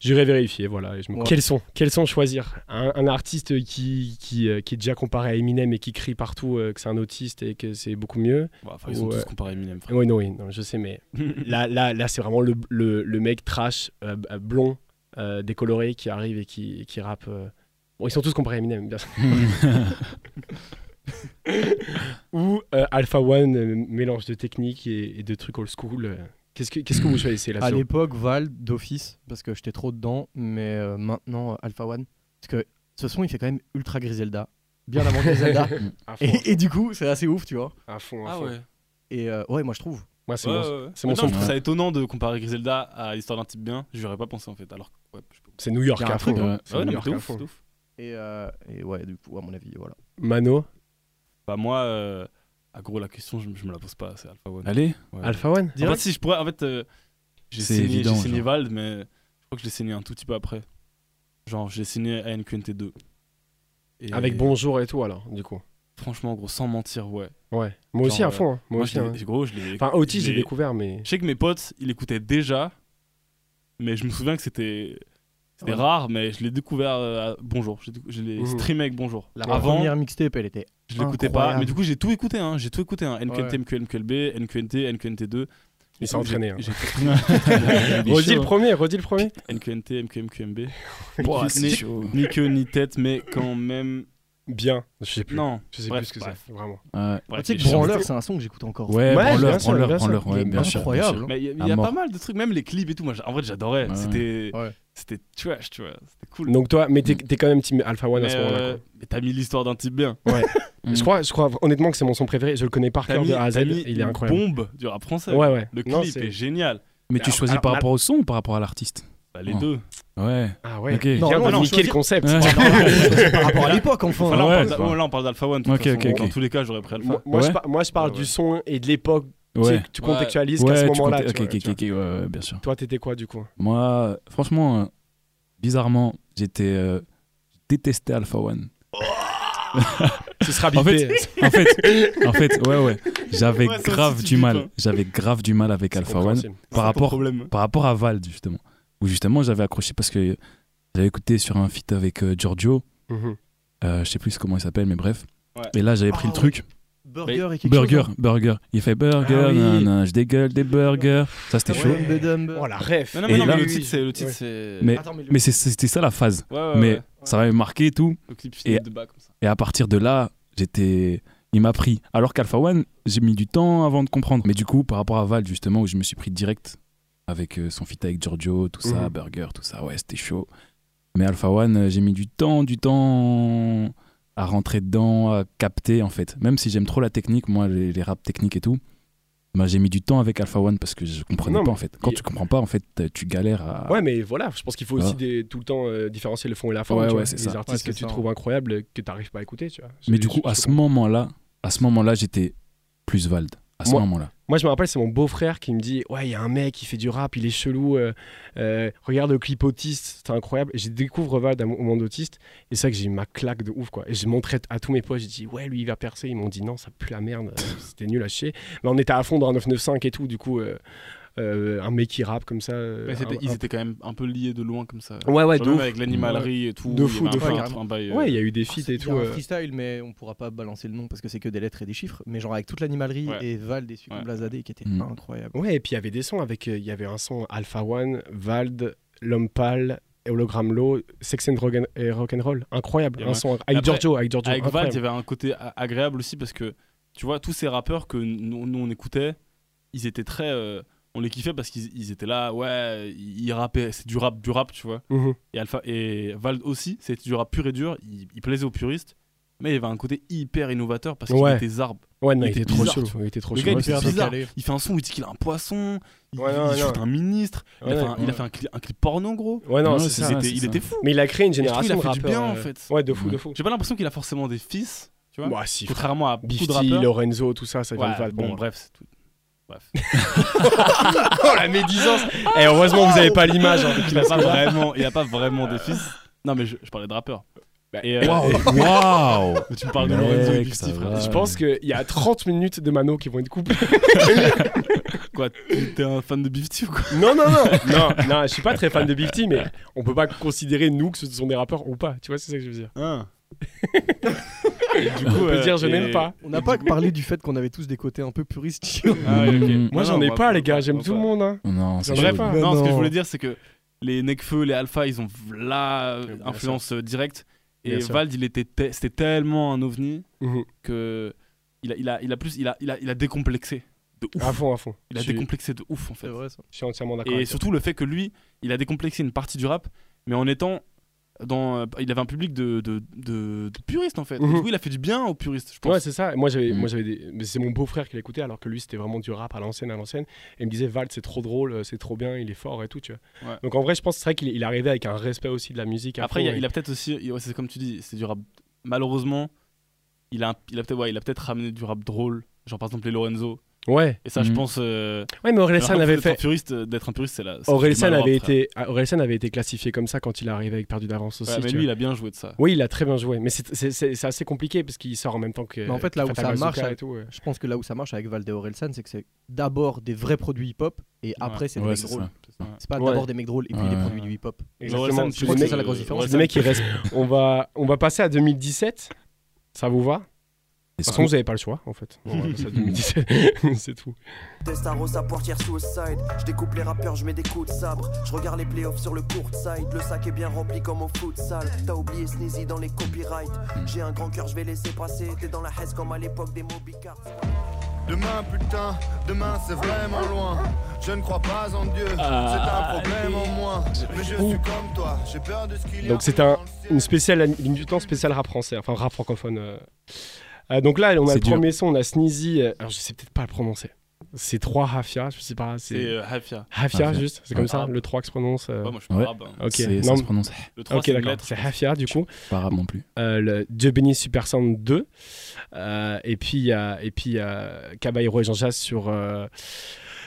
S2: J'irai vérifier, voilà. et je me-
S3: Ouais.
S2: Quel son Quel son choisir un, un artiste qui, qui, euh, qui est déjà comparé à Eminem et qui crie partout euh, que c'est un autiste et que c'est beaucoup mieux.
S4: Bon, Bah, enfin, ils sont
S2: Ouais.
S4: tous comparés à Eminem. frère.
S2: Oui, non, oui, non, je sais, mais là, là, là c'est vraiment le, le, le mec trash, euh, b- euh, blond, euh, décoloré qui arrive et qui, qui rappe. euh. Bon, ils sont tous comparés à Eminem, bien sûr. Ou euh, Alpha One, euh, mélange de technique et, et de trucs old school. euh. Qu'est-ce que, qu'est-ce que vous choisissez là
S3: À l'époque, Val d'office, parce que j'étais trop dedans, mais euh, maintenant euh, Alpha One. Parce que ce son, il fait quand même ultra Griselda. Bien avant Griselda.
S2: À fond,
S3: et, et du coup, c'est assez ouf, tu vois.
S2: à fond, à
S4: Ah
S2: fond.
S4: ouais.
S3: Et euh, ouais, moi je trouve.
S2: Moi, c'est
S4: Ouais,
S2: mon-
S4: ouais, ouais.
S2: c'est mon son
S4: Mais non, Je trouve
S5: préféré.
S4: ça étonnant de comparer Griselda à l'histoire d'un type bien. J'aurais pas pensé en fait. Alors, que, ouais, je peux.
S2: C'est New York
S3: Y a un
S2: à fond.
S3: truc,
S5: hein.
S2: C'est New York à fond.
S3: Et, euh, et ouais, du coup, à mon avis, voilà.
S2: Mano,
S4: Bah moi, euh, ah, gros, la question, je, je me la pose pas, c'est Alpha One.
S5: Allez,
S4: Ouais.
S2: Alpha One
S4: En fait, si je pourrais, en fait, euh, j'ai
S5: C'est
S4: signé,
S5: évident,
S4: j'ai signé
S5: genre.
S4: Vald, mais je crois que je l'ai signé un tout petit peu après. Genre, j'ai signé ANQNT2. Et
S2: Avec Bonjour et tout, alors, du coup.
S4: Franchement, gros, sans mentir, ouais.
S2: Ouais. Moi aussi,
S4: Genre,
S2: à fond. hein. Moi,
S4: Moi,
S2: aussi.
S4: je l'ai-
S2: hein.
S4: gros, je l'ai.
S2: Enfin, Otis, j'ai
S4: l'ai-
S2: découvert, mais.
S4: Je sais que mes potes, ils l'écoutaient déjà, mais je me souviens que c'était. C'était
S3: Ouais.
S4: rare, mais je l'ai découvert euh, à Bonjour. Je l'ai décou- Je l'ai
S2: Mhm.
S4: streamé avec Bonjour.
S3: La
S4: Avant,
S3: première mixtape, elle était.
S4: Je l'écoutais pas,
S3: Incroyable.
S4: mais du coup j'ai tout écouté, hein. j'ai tout écouté, hein. NQNT,
S3: Ouais.
S4: MQNQLB, NQNT, NQNT2.
S2: Il s'est entraîné, hein.
S4: J'ai- j'ai-
S2: Redis le premier, redis le premier.
S4: NQNT, MQMQMB.
S5: Ouah,
S4: Ni-
S5: c'est chaud.
S4: Ni queue ni tête, mais quand même.
S2: Bien. Je sais plus.
S4: Non,
S2: Je sais
S4: Bref,
S2: plus ce que
S4: bref.
S2: c'est, vraiment.
S5: Ouais,
S4: bref,
S3: tu sais
S4: les
S3: que Branleur,
S4: choses-
S3: c'est un son que j'écoute encore.
S5: Ouais,
S2: bien
S5: prends-leur,
S2: sûr, bien
S5: prends-leur,
S2: sûr.
S5: prends-leur. Ouais,
S2: Il est
S5: bien sûr. bien sûr.
S3: incroyable. hein.
S4: Mais il y a, il y
S5: À
S4: a pas
S5: mort.
S4: mal de trucs, même les clips et tout. Moi, j'- en vrai, j'adorais.
S5: Ouais.
S4: C'était,
S3: Ouais.
S4: c'était trash, tu vois. C'était cool.
S2: Donc, toi, mais t'es t'es quand même team Alpha One
S4: mais,
S2: à ce moment-là.
S4: euh,
S2: quoi.
S4: mais t'as mis l'histoire d'un type bien.
S5: Mm.
S2: Je crois, je crois honnêtement que c'est mon son préféré. Je le connais par
S4: T'as
S2: cœur
S4: mis,
S2: de A à Z.
S4: t'as mis
S2: Il est
S4: une
S2: incroyable.
S4: bombe du rap français.
S2: Ouais, ouais.
S4: Le
S2: Non,
S4: clip
S2: c'est-
S4: est génial.
S5: Mais tu
S2: Alors-
S5: choisis
S2: alors,
S5: par
S2: mal-
S5: rapport au son ou par rapport à l'artiste
S4: Bah, les
S5: Non.
S4: deux.
S5: Ouais.
S2: Ah ouais.
S5: Ok.
S2: Viens
S3: Non,
S2: de
S3: non,
S2: niquer
S3: choisis-
S2: le concept.
S5: Ouais.
S3: C'est par rapport à l'époque, enfin.
S4: Enfin, là, on
S5: Ouais,
S4: parle
S5: c'est
S4: d'a-
S5: vrai.
S4: ouais, là, on parle d'Alpha One. de
S5: Ok,
S4: toute façon.
S5: ok, ok.
S4: Dans tous les cas, j'aurais pris Alpha.
S2: Moi, moi, je
S5: Ouais.
S2: par- moi, je parle
S4: Ouais,
S2: du
S4: ouais.
S2: son et de l'époque. tu sais,
S5: Ouais.
S2: que Tu contextualises
S5: ouais,
S2: qu'à ce
S5: tu
S2: moment-là.
S5: comptes-
S2: tu
S5: Ok,
S2: vois,
S5: ok,
S2: tu vois.
S5: ok, ouais, ouais, bien sûr.
S2: Toi, t'étais quoi du coup
S5: Moi, franchement, euh, bizarrement, j'étais euh, je détestais Alpha One.
S2: Ce sera
S5: En fait,
S2: bipé.
S5: en fait, en fait, ouais, ouais. J'avais
S4: Ouais, ça aussi,
S5: grave
S4: tu
S5: du
S4: dis
S5: mal.
S4: pas.
S5: J'avais grave du mal avec Alpha One
S2: Compréhensible.
S5: par rapport,
S4: Problème.
S5: par rapport à Vald justement, où justement j'avais accroché parce que j'avais écouté sur un feat avec euh, Giorgio,
S2: Mhm.
S5: euh, je sais plus comment il s'appelle, mais bref.
S4: Ouais.
S5: Et là j'avais pris
S3: Ah,
S5: le truc.
S3: Burger et quelque
S5: Burger,
S4: hein.
S5: burger. Il fait burger,
S3: Ah oui.
S5: nanana, je dégueule des burgers. Ça c'était
S4: Ah
S3: chose.
S5: chaud.
S3: Ah Ouais, Bedumb.
S2: Oh la ref.
S4: Non, non,
S5: Et
S4: mais, non,
S5: là-
S4: mais le titre, c'est. Le titre, c'est...
S5: Mais,
S3: Attends, mais le-
S5: mais c'est- c'était ça la phase.
S4: Ouais, ouais,
S5: mais
S4: ouais.
S5: ça m'avait marqué et tout.
S4: Le clip
S5: et-
S4: finit de bas comme ça.
S5: Et à partir de là, j'étais. Il m'a pris. Alors qu'Alpha One, j'ai mis du temps avant de comprendre. Mais du coup, par rapport à Val, justement, où je me suis pris direct avec euh, son feat avec Giorgio, tout ça,
S2: Mhm.
S5: Burger, tout ça, ouais, c'était chaud. Mais Alpha One, euh, j'ai mis du temps, du temps à rentrer dedans, à capter, en fait. Même si j'aime trop la technique, moi, les, les raps techniques et tout, bah, j'ai mis du temps avec Alpha One parce que je comprenais
S2: Non,
S5: pas,
S2: mais
S5: en fait. Quand
S2: il-
S5: tu comprends pas, en fait, euh, tu galères à.
S2: Ouais, mais voilà, je pense qu'il faut aussi
S5: Ah.
S2: des- tout le temps euh, différencier le fond et la forme.
S5: Ouais,
S2: tu
S5: ouais,
S2: vois.
S5: c'est
S2: les
S5: ça.
S2: artistes
S3: Ouais,
S2: que
S3: c'est
S2: tu
S3: ça.
S2: trouves incroyables euh, que t'arrives pas à écouter, tu vois.
S5: Mais
S2: Je-
S5: du coup,
S2: je-
S5: à
S2: je
S5: ce moment-là, à ce moment-là, j'étais plus Vald. À ce
S2: Moi-
S5: moment-là.
S2: Moi, je me rappelle, c'est mon beau-frère qui me dit Ouais, il y a un mec qui fait du rap, il est chelou. euh, euh, regarde le clip autiste, c'est incroyable. Et je découvre Vald à mon- au monde autiste. Et c'est vrai que j'ai eu ma claque de ouf, quoi. Et je montrais à tous mes potes, j'ai dit Ouais, lui, il va percer. Ils m'ont dit Non, ça pue la merde, euh, c'était nul à chier. Mais on était à fond dans un 995 et tout, du coup, euh, euh, un mec qui rappe comme ça. euh,
S4: Mais c'était-
S2: un-
S4: ils
S2: un-
S4: étaient quand même un peu liés de loin comme ça.
S2: Ouais, ouais,
S4: Genre
S2: de
S4: même
S2: ouf.
S4: avec l'animalerie et tout.
S2: De
S4: il y
S2: fou,
S4: avait
S2: de
S4: un
S2: fou.
S4: peu un- un bail, euh,
S2: Ouais, il y a eu des feats
S3: Oh, C'est
S2: et
S3: il y a
S2: tout.
S3: un
S2: euh,
S3: freestyle, mais on pourra pas balancer le nom parce que c'est que des lettres et des chiffres. Mais genre avec toute l'animalerie
S4: Ouais.
S3: et Val des
S4: Ouais.
S3: Succumbes Lazadé qui était
S5: Mm.
S3: incroyable.
S2: Ouais, et puis il y avait des sons avec. euh, Il y avait un son Alpha One, Vald, L'Homme Pâle, Hologram Low, Sex and Rock and- et Rock'n'Roll. Incroyable.
S4: Et
S2: Un
S4: ouais.
S2: son avec
S4: Après,
S2: Giorgio. Avec Giorgio.
S4: Avec Val, il y
S2: incroyable.
S4: avait un côté a- agréable aussi parce que tu vois, tous ces rappeurs que nous, nous, on écoutait, ils étaient très. euh, on les kiffait parce qu'ils ils étaient là, ouais, ils ils rappaient, c'est du rap, du rap, tu vois.
S2: Mhm.
S4: Et, Alpha, et Val aussi, c'était du rap pur et dur, il, il plaisait aux puristes, mais il y avait un côté hyper innovateur parce qu'il
S2: Ouais.
S4: était zarbe.
S2: Ouais, non,
S4: Il
S2: il,
S4: était
S2: était trop
S4: bizarre,
S2: chelou.
S4: tu
S2: Il était trop
S4: Le
S2: chelou.
S4: gars, il
S2: Ouais,
S4: était
S2: c'est ça.
S4: bizarre.
S3: calé.
S4: Il fait un son où il dit qu'il a un poisson, il,
S2: Ouais,
S4: il-
S2: non,
S4: il
S2: non.
S4: shoot un ministre, il, a
S2: Ouais,
S4: fait un, il a
S5: ouais.
S4: fait un cli- un clip porno, gros.
S2: Ouais, non,
S5: Ouais,
S2: c'est
S5: c'est
S2: ça.
S4: il était,
S5: c'est
S4: il
S5: ça.
S4: était fou.
S2: Mais il a créé une
S4: Et je trouve qu'il
S2: génération
S4: a
S2: de
S4: fait du
S2: rappeurs.
S4: bien en
S2: euh,
S4: fait.
S2: Ouais, de fou, de
S5: Ouais.
S2: fou.
S4: J'ai pas l'impression qu'il a forcément des fils, tu vois.
S2: Bah, si.
S4: Contrairement à beaucoup de
S2: Bifty,
S4: rappeurs.
S2: Lorenzo, tout ça, ça vient
S4: Ouais,
S2: de Val.
S4: bon,
S2: Bon,
S4: bref, c'est tout. Bref.
S2: oh la médisance Et heureusement, vous avez pas l'image. hein,
S4: il n'y a, pas vraiment- il a pas vraiment des fils. Non, mais je, je parlais de rappeurs.
S2: Bah,
S4: Et,
S2: eh,
S4: euh,
S5: Waouh! Waouh!
S4: et- tu me parles de
S5: Mec,
S4: Lorenzo et
S5: ça
S4: Bifty, frère.
S5: va.
S2: Je pense qu'il y a 30 minutes de Mano qui vont être coupées.
S4: Quoi, t'es un fan de Bifty ou quoi
S2: Non, non, non, non, non, je suis pas très fan de Bifty, mais on peut pas considérer nous que ce sont des rappeurs ou pas. Tu vois, c'est ça que je veux dire.
S4: Du
S2: Ah. On peut
S4: euh,
S2: dire je
S4: et-
S2: n'aime pas.
S3: On n'a pas parlé du fait qu'on avait tous des côtés un peu puristes.
S4: Ah ouais, ok.
S2: Moi,
S4: Non,
S2: j'en
S4: non,
S2: ai
S4: on va
S2: pas, les
S4: pas-
S2: gars.
S4: on
S2: J'aime
S4: va
S2: tout le
S4: pas.
S2: monde. Hein.
S5: Non,
S2: J'en
S5: c'est
S2: aurais
S5: chaud.
S2: pas.
S4: Non, ce que je
S3: non.
S4: voulais dire, c'est que les Nekfeu, les Alpha, ils ont la
S2: bien
S4: influence euh, directe. Et
S2: Bien sûr.
S4: Vald, il était, te- c'était tellement un ovni
S2: Mhm.
S4: que il a, il a, il a plus, il a, il a, il a décomplexé de ouf.
S2: À fond, à fond.
S4: il a
S2: Je suis-
S4: décomplexé de ouf en fait.
S3: C'est vrai ça.
S2: Je suis entièrement d'accord.
S4: Et
S2: avec toi.
S4: surtout le fait que lui, il a décomplexé une partie du rap, mais en étant dans, euh, il avait un public de, de, de- de puristes en fait. Et
S2: Mhm.
S4: du coup, il a fait du bien aux puristes, je pense. Mhm.
S2: Ouais, c'est ça. Et Moi, j'avais,
S5: Mm.
S2: moi, j'avais des... mais c'est mon beau-frère qui l'écoutait, alors que lui, c'était vraiment du rap à l'ancienne, à l'ancienne. Et il me disait, Val, c'est trop drôle, euh, c'est trop bien, il est fort et tout, tu vois.
S4: Ouais.
S2: Donc, en vrai, je pense que c'est vrai qu'il est- il arrivait avec un respect aussi de la musique. à
S4: Après,
S2: fond,
S4: il a,
S2: et-
S4: il a peut-être aussi, il- ouais, c'est comme tu dis, c'est du rap. Malheureusement, il a, un- il a peut-être, ouais, il a peut-être ramené du rap drôle, genre par exemple les Lorenzo.
S2: Ouais.
S4: Et ça, je
S5: Mhm.
S4: pense. euh,
S2: Ouais, mais
S4: alors
S2: Orelsan
S4: qu'en fait,
S2: avait
S4: d'être un
S2: fait.
S4: puriste, euh, d'être un puriste, c'est la. c'est du
S2: Orelsan
S4: malheur,
S2: avait
S4: frère.
S2: été, ah, Orelsan avait été classifié comme ça quand il est arrivé avec Perdu d'avance aussi.
S4: Ouais, mais
S2: tu
S4: lui,
S2: vois.
S4: il a bien joué de ça.
S2: Oui, il a très bien joué, mais c'est- c'est c'est- c'est assez compliqué parce qu'il sort en même temps que.
S3: Mais en fait, là où
S2: Fatal
S3: ça
S2: Bazooka
S3: marche,
S2: et
S3: ça-
S2: tout, ouais.
S3: Je pense que là où ça marche avec Valde Orelsan, c'est que c'est d'abord des vrais produits hip-hop et après c'est des
S5: Ouais,
S3: mecs
S5: c'est
S3: drôles.
S5: ça.
S3: C'est pas
S2: Ouais.
S3: d'abord des mecs drôles et puis
S5: Ouais.
S3: des produits du hip-hop.
S2: Exactement. C'est
S4: Orelsan, tu
S2: des
S3: crois que
S2: mecs-
S3: c'est ça la grosse différence
S2: c'est des mecs qui restent. On va, on va passer à 2017. Ça vous va De
S5: Est-ce
S2: toute façon,
S5: qu'on-
S2: vous n'avez pas le choix, en fait. On va passer à 2017. c'est tout.
S9: Testaros à Poitiers Suicide. Je découpe les rappeurs, je mets des coups de sabre. Je regarde les playoffs sur le court side. Le sac est bien rempli comme au futsal. T'as oublié Sneezy dans les copyrights. J'ai un grand cœur, je vais laisser passer. T'es dans la haise comme à l'époque des Mobicards.
S7: Demain, putain, demain c'est vraiment loin. Je ne crois pas en Dieu,
S2: Ah,
S7: c'est un problème en moi. Mais je suis comme toi, j'ai peur de ce qu'il y a.
S2: Donc, c'est un-
S7: dans le ciel.
S2: Une spéciale ligne du temps, spéciale rap français, enfin rap francophone. euh. Euh, donc là, on a
S5: C'est
S2: le
S5: dur.
S2: premier son, on a Sneezy. euh, Alors, je sais peut-être pas le prononcer. C'est trois Hafia, je sais pas.
S4: C'est
S2: C'est
S4: euh, Hafia.
S2: Hafia,
S5: Hafia.
S2: juste, c'est comme
S5: Ouais.
S2: ça, le 3 qui se prononce. euh,
S4: Ouais, moi, je suis pas
S5: Ouais.
S4: arabe. hein.
S2: Ok,
S5: C'est-
S2: non,
S5: Ça se prononce
S4: Le 3,
S2: ok,
S4: c'est une
S2: d'accord,
S4: lettre.
S2: c'est Hafia du coup.
S5: pas arabe non plus.
S2: Euh, le Dieu bénisse Super Sound 2. Euh, et puis il y a, et puis, il y a Caballero et Jean Jass sur euh,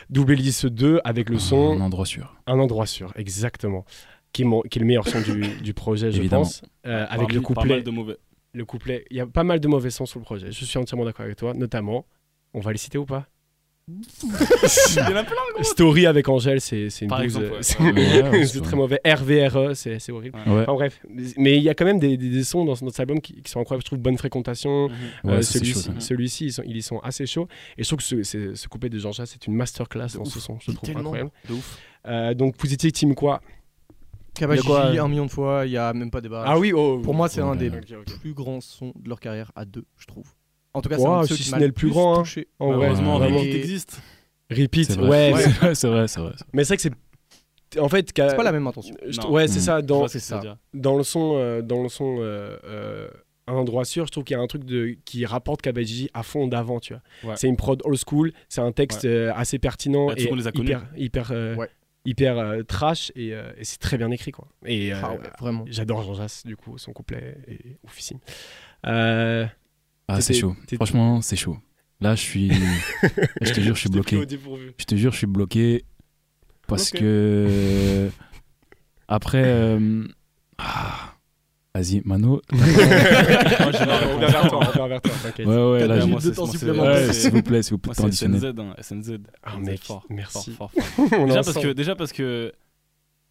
S2: Double Hélice 2 avec le son
S5: Un endroit sûr.
S2: Un endroit sûr, exactement. Qui est, mon- qui est le meilleur son du, du projet, je
S5: Évidemment.
S2: pense. Euh,
S4: Parmi-
S2: avec le
S4: pas
S2: couplet,
S4: mal de mauvais.
S2: le couplet. Il y a pas mal de mauvais sons sur le projet. Je suis entièrement d'accord avec toi, notamment. On va les citer ou pas
S4: Il y en a plein, gros.
S2: Story avec Angèle, c'est c'est une
S4: Par
S2: bouse.
S4: exemple, ouais.
S2: c'est-
S4: Ouais,
S5: ouais,
S2: c'est
S5: ouais.
S2: très mauvais. RVRE, E, c'est c'est horrible.
S5: Ouais.
S2: Enfin bref, mais il y a quand même des, des- des sons dans, dans cet album qui, qui sont incroyables. Je trouve Bonne Fréquentation,
S5: Ouais,
S2: euh,
S5: ça, c'est
S2: celui-ci,
S5: chaud, ça.
S2: celui-ci, ils, sont- ils y sont assez chauds. Et je trouve que ce, c'est- ce couplet de Jean Jass, c'est une masterclass dans ce son. Je le trouve
S3: Tellement.
S2: incroyable.
S4: De ouf.
S2: Euh, donc, vous étiez team quoi
S3: Kabaji,
S4: Il y a quoi, euh
S3: un million de fois, il y a même pas débat.
S2: Ah oui, oh,
S3: Pour moi, c'est
S5: Oh
S3: un
S5: là
S3: des
S5: là.
S2: ok, ok.
S3: plus grands sons de leur carrière à deux, je trouve. En tout cas,
S2: Ouah,
S3: c'est un de ceux
S2: si
S3: qui
S2: ce
S3: m'a
S2: n'est le
S3: le
S2: plus
S3: plus
S2: grand, hein.
S3: touché.
S2: En vrai,
S5: Heureusement,
S2: vraiment.
S4: Repeat existe.
S2: Repeat,
S5: C'est
S2: ouais.
S5: vrai,
S2: mais-
S5: c'est vrai, c'est vrai, c'est vrai.
S2: Mais c'est vrai que c'est. En fait, qu'à-
S3: C'est pas la même intention.
S2: je-
S4: Non.
S2: ouais, c'est
S5: Mm.
S2: ça.
S4: Je
S2: Dans,
S4: vois ce que
S3: c'est
S4: tu veux
S3: ça.
S4: dire.
S2: dans le son, euh, dans le son euh, euh, un endroit sûr, je trouve qu'il y a un truc de, qui rapporte Kabaji à fond d'avant, tu vois.
S4: Ouais.
S2: C'est une prod old school, c'est un texte euh, assez pertinent
S4: Bah, de toute
S2: et
S4: façon, on les a connus.
S2: hyper, hyper, euh,
S3: Ouais.
S2: hyper euh, trash et, euh, et c'est très bien écrit, quoi. Et euh,
S3: Ah ouais, vraiment.
S2: j'adore Jean Jass, du coup, son couplet est oufissime. Euh,
S5: Ah, c'est
S2: T'étais-
S5: chaud.
S2: t'étais-
S5: Franchement, c'est chaud. Là, je suis. je te jure, je suis
S2: t'ai pris
S5: bloqué.
S2: au dépourvu.
S5: Je te jure, je suis bloqué parce
S2: Bloqué.
S5: que après. euh, ah. Vas-y, Mano.
S4: Moi, j'ai ma
S2: On revient vers toi, on
S4: réponse.
S2: revient vers toi, t'inquiète.
S5: Ouais, ouais,
S3: T'as
S5: là,
S3: deux
S5: j'ai-
S3: minutes de
S4: c'est-
S3: temps
S4: moi, c'est-
S3: supplémentaire.
S5: Ouais, s'il vous plaît, s'il vous plaît,
S4: Moi, c'est
S5: tenditionnez.
S4: SNZ, hein, SNZ.
S2: Ah,
S4: SNZ,
S2: mec,
S4: fort,
S2: merci.
S4: fort, fort,
S2: On
S4: fort.
S2: est
S4: Déjà parce
S2: ensemble.
S4: que, déjà parce que,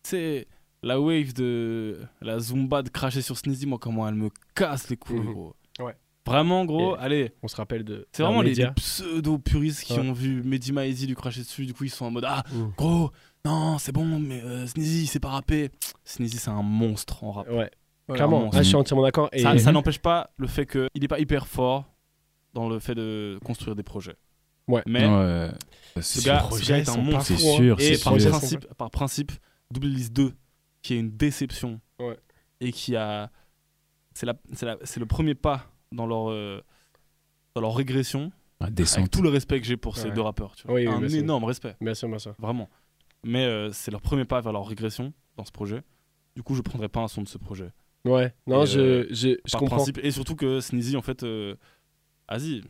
S4: c'est la wave de la Zumba de cracher sur Sneezy, moi, comment elle me casse les couilles,
S2: Mhm.
S4: gros.
S2: Ouais.
S4: Vraiment, gros,
S2: Et-
S4: allez,
S2: On se rappelle de.
S4: c'est vraiment les,
S2: Média.
S4: pseudo-puristes qui
S2: Ouais.
S4: ont vu Mehdi Maizi lui cracher dessus, du coup, ils sont en mode Ah,
S2: Mhm.
S4: gros, non, c'est bon, mais euh, Sneezy, il s'est pas rappé. Sneezy, c'est un monstre en rap.
S2: Ouais,
S4: Ouais, un
S2: clairement.
S4: monstre.
S2: Ah, je suis entièrement d'accord. Et... Mhm.
S4: Ça, ça n'empêche pas le fait qu'il n'est pas hyper fort dans le fait de construire des projets.
S2: Ouais.
S4: Mais
S5: Ouais, euh, c'est
S4: ce
S5: sûr,
S4: gars,
S2: projets
S4: ce gars est un
S2: sont pas
S4: monstre.
S5: c'est
S2: fou, hein.
S5: sûr,
S4: Et
S5: c'est
S4: par
S5: sûr.
S4: principe, par principe, Double List 2, qui est une déception,
S2: Ouais.
S4: et qui a. C'est la- c'est la- c'est le premier pas dans leur, euh, dans leur régression,
S5: Ah,
S4: avec
S5: Descente.
S4: tout le respect que j'ai pour ces
S2: Ouais.
S4: deux rappeurs. tu vois.
S2: Oui, oui,
S4: un
S2: bien sûr.
S4: énorme respect,
S2: Bien sûr, bien sûr.
S4: vraiment. Mais euh, c'est leur premier pas vers leur régression dans ce projet. Du coup, je prendrai pas un son de ce projet.
S2: Ouais, non,
S4: Et,
S2: je,
S4: euh,
S2: je, je
S4: par
S2: comprends.
S4: principe. Et surtout que Sneezy, en fait. euh, Vas-y,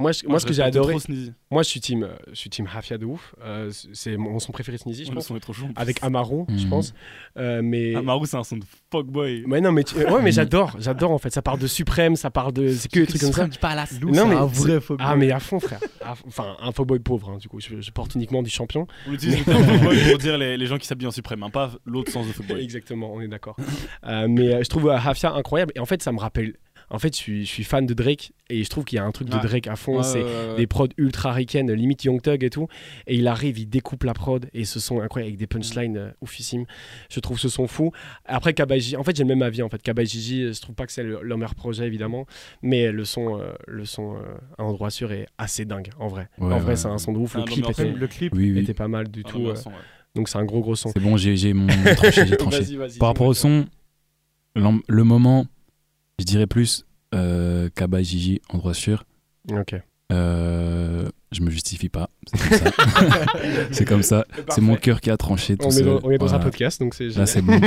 S2: Moi, je- moi, ce
S4: je
S2: que j'ai
S4: respecte
S2: adoré,
S4: trop Sneezy.
S2: moi, je suis team, euh, je suis team Hafia de ouf. Euh, c- c'est mon son préféré Sneezy, je
S4: Le
S2: pense.
S4: son est trop chaud. en plus.
S2: Avec Amaro, je
S5: Mhm.
S2: pense. Euh, mais.
S4: Amaru, c'est un son de fuckboy.
S2: Mais non, mais tu- ouais,
S5: Mhm.
S2: mais j'adore, j'adore en fait. Ça parle de Suprême, ça parle de. C'est que des trucs comme ça.
S3: Lou,
S2: Non,
S3: c'est
S2: mais
S3: un
S2: c'est-
S3: vrai faux
S2: Ah, mais à fond, frère. À fond. Enfin, un faux boy pauvre, hein, du coup. Je, je porte uniquement du champion.
S4: On utilise le terme fuckboy pour dire les, les gens qui s'habillent en suprême, hein, pas l'autre sens de fuckboy.
S2: Exactement, on est d'accord. Euh, mais euh, je trouve euh, Hafia incroyable. Et en fait, ça me rappelle. En fait, je suis, je suis fan de Drake et je trouve qu'il y a un truc de
S4: Ouais.
S2: Drake à fond. c'est des prods ultra ricaines, limite Young Thug et tout. Et il arrive, il découpe la prod et ce son incroyable
S4: Mm.
S2: avec des punchlines euh, oufissimes. Je trouve ce son fou. Après Kabaji, en fait j'ai le même avis en fait. Kabaji, euh, je trouve pas que c'est le, leur meilleur projet évidemment, mais le son, euh, le son euh, à endroit sûr est assez dingue en vrai.
S5: Ouais,
S2: en vrai
S5: ouais.
S2: c'est un son de ouf.
S4: Ah,
S2: Le
S4: non,
S2: clip
S4: mais en
S2: était,
S4: fait,
S3: Le clip,
S5: Oui, oui.
S2: était pas mal du
S4: Ah,
S2: tout.
S4: non, mais
S2: euh,
S4: Vincent, ouais.
S2: donc c'est un gros gros son.
S5: C'est bon, j'ai j'ai mon j'ai tranché, j'ai tranché.
S2: Vas-y, vas-y,
S5: Par rapport au
S2: dis-moi.
S5: son, l'en- le moment, je dirais plus euh, Kaba et Gigi, endroit sûr.
S2: Ok.
S5: Euh, je me justifie pas. C'est comme ça. c'est comme ça. C'est mon cœur qui a tranché. Tout
S2: On est
S5: seul.
S2: dans, on est dans un
S5: Voilà.
S2: podcast donc c'est
S5: Là,
S2: génial.
S5: c'est bon.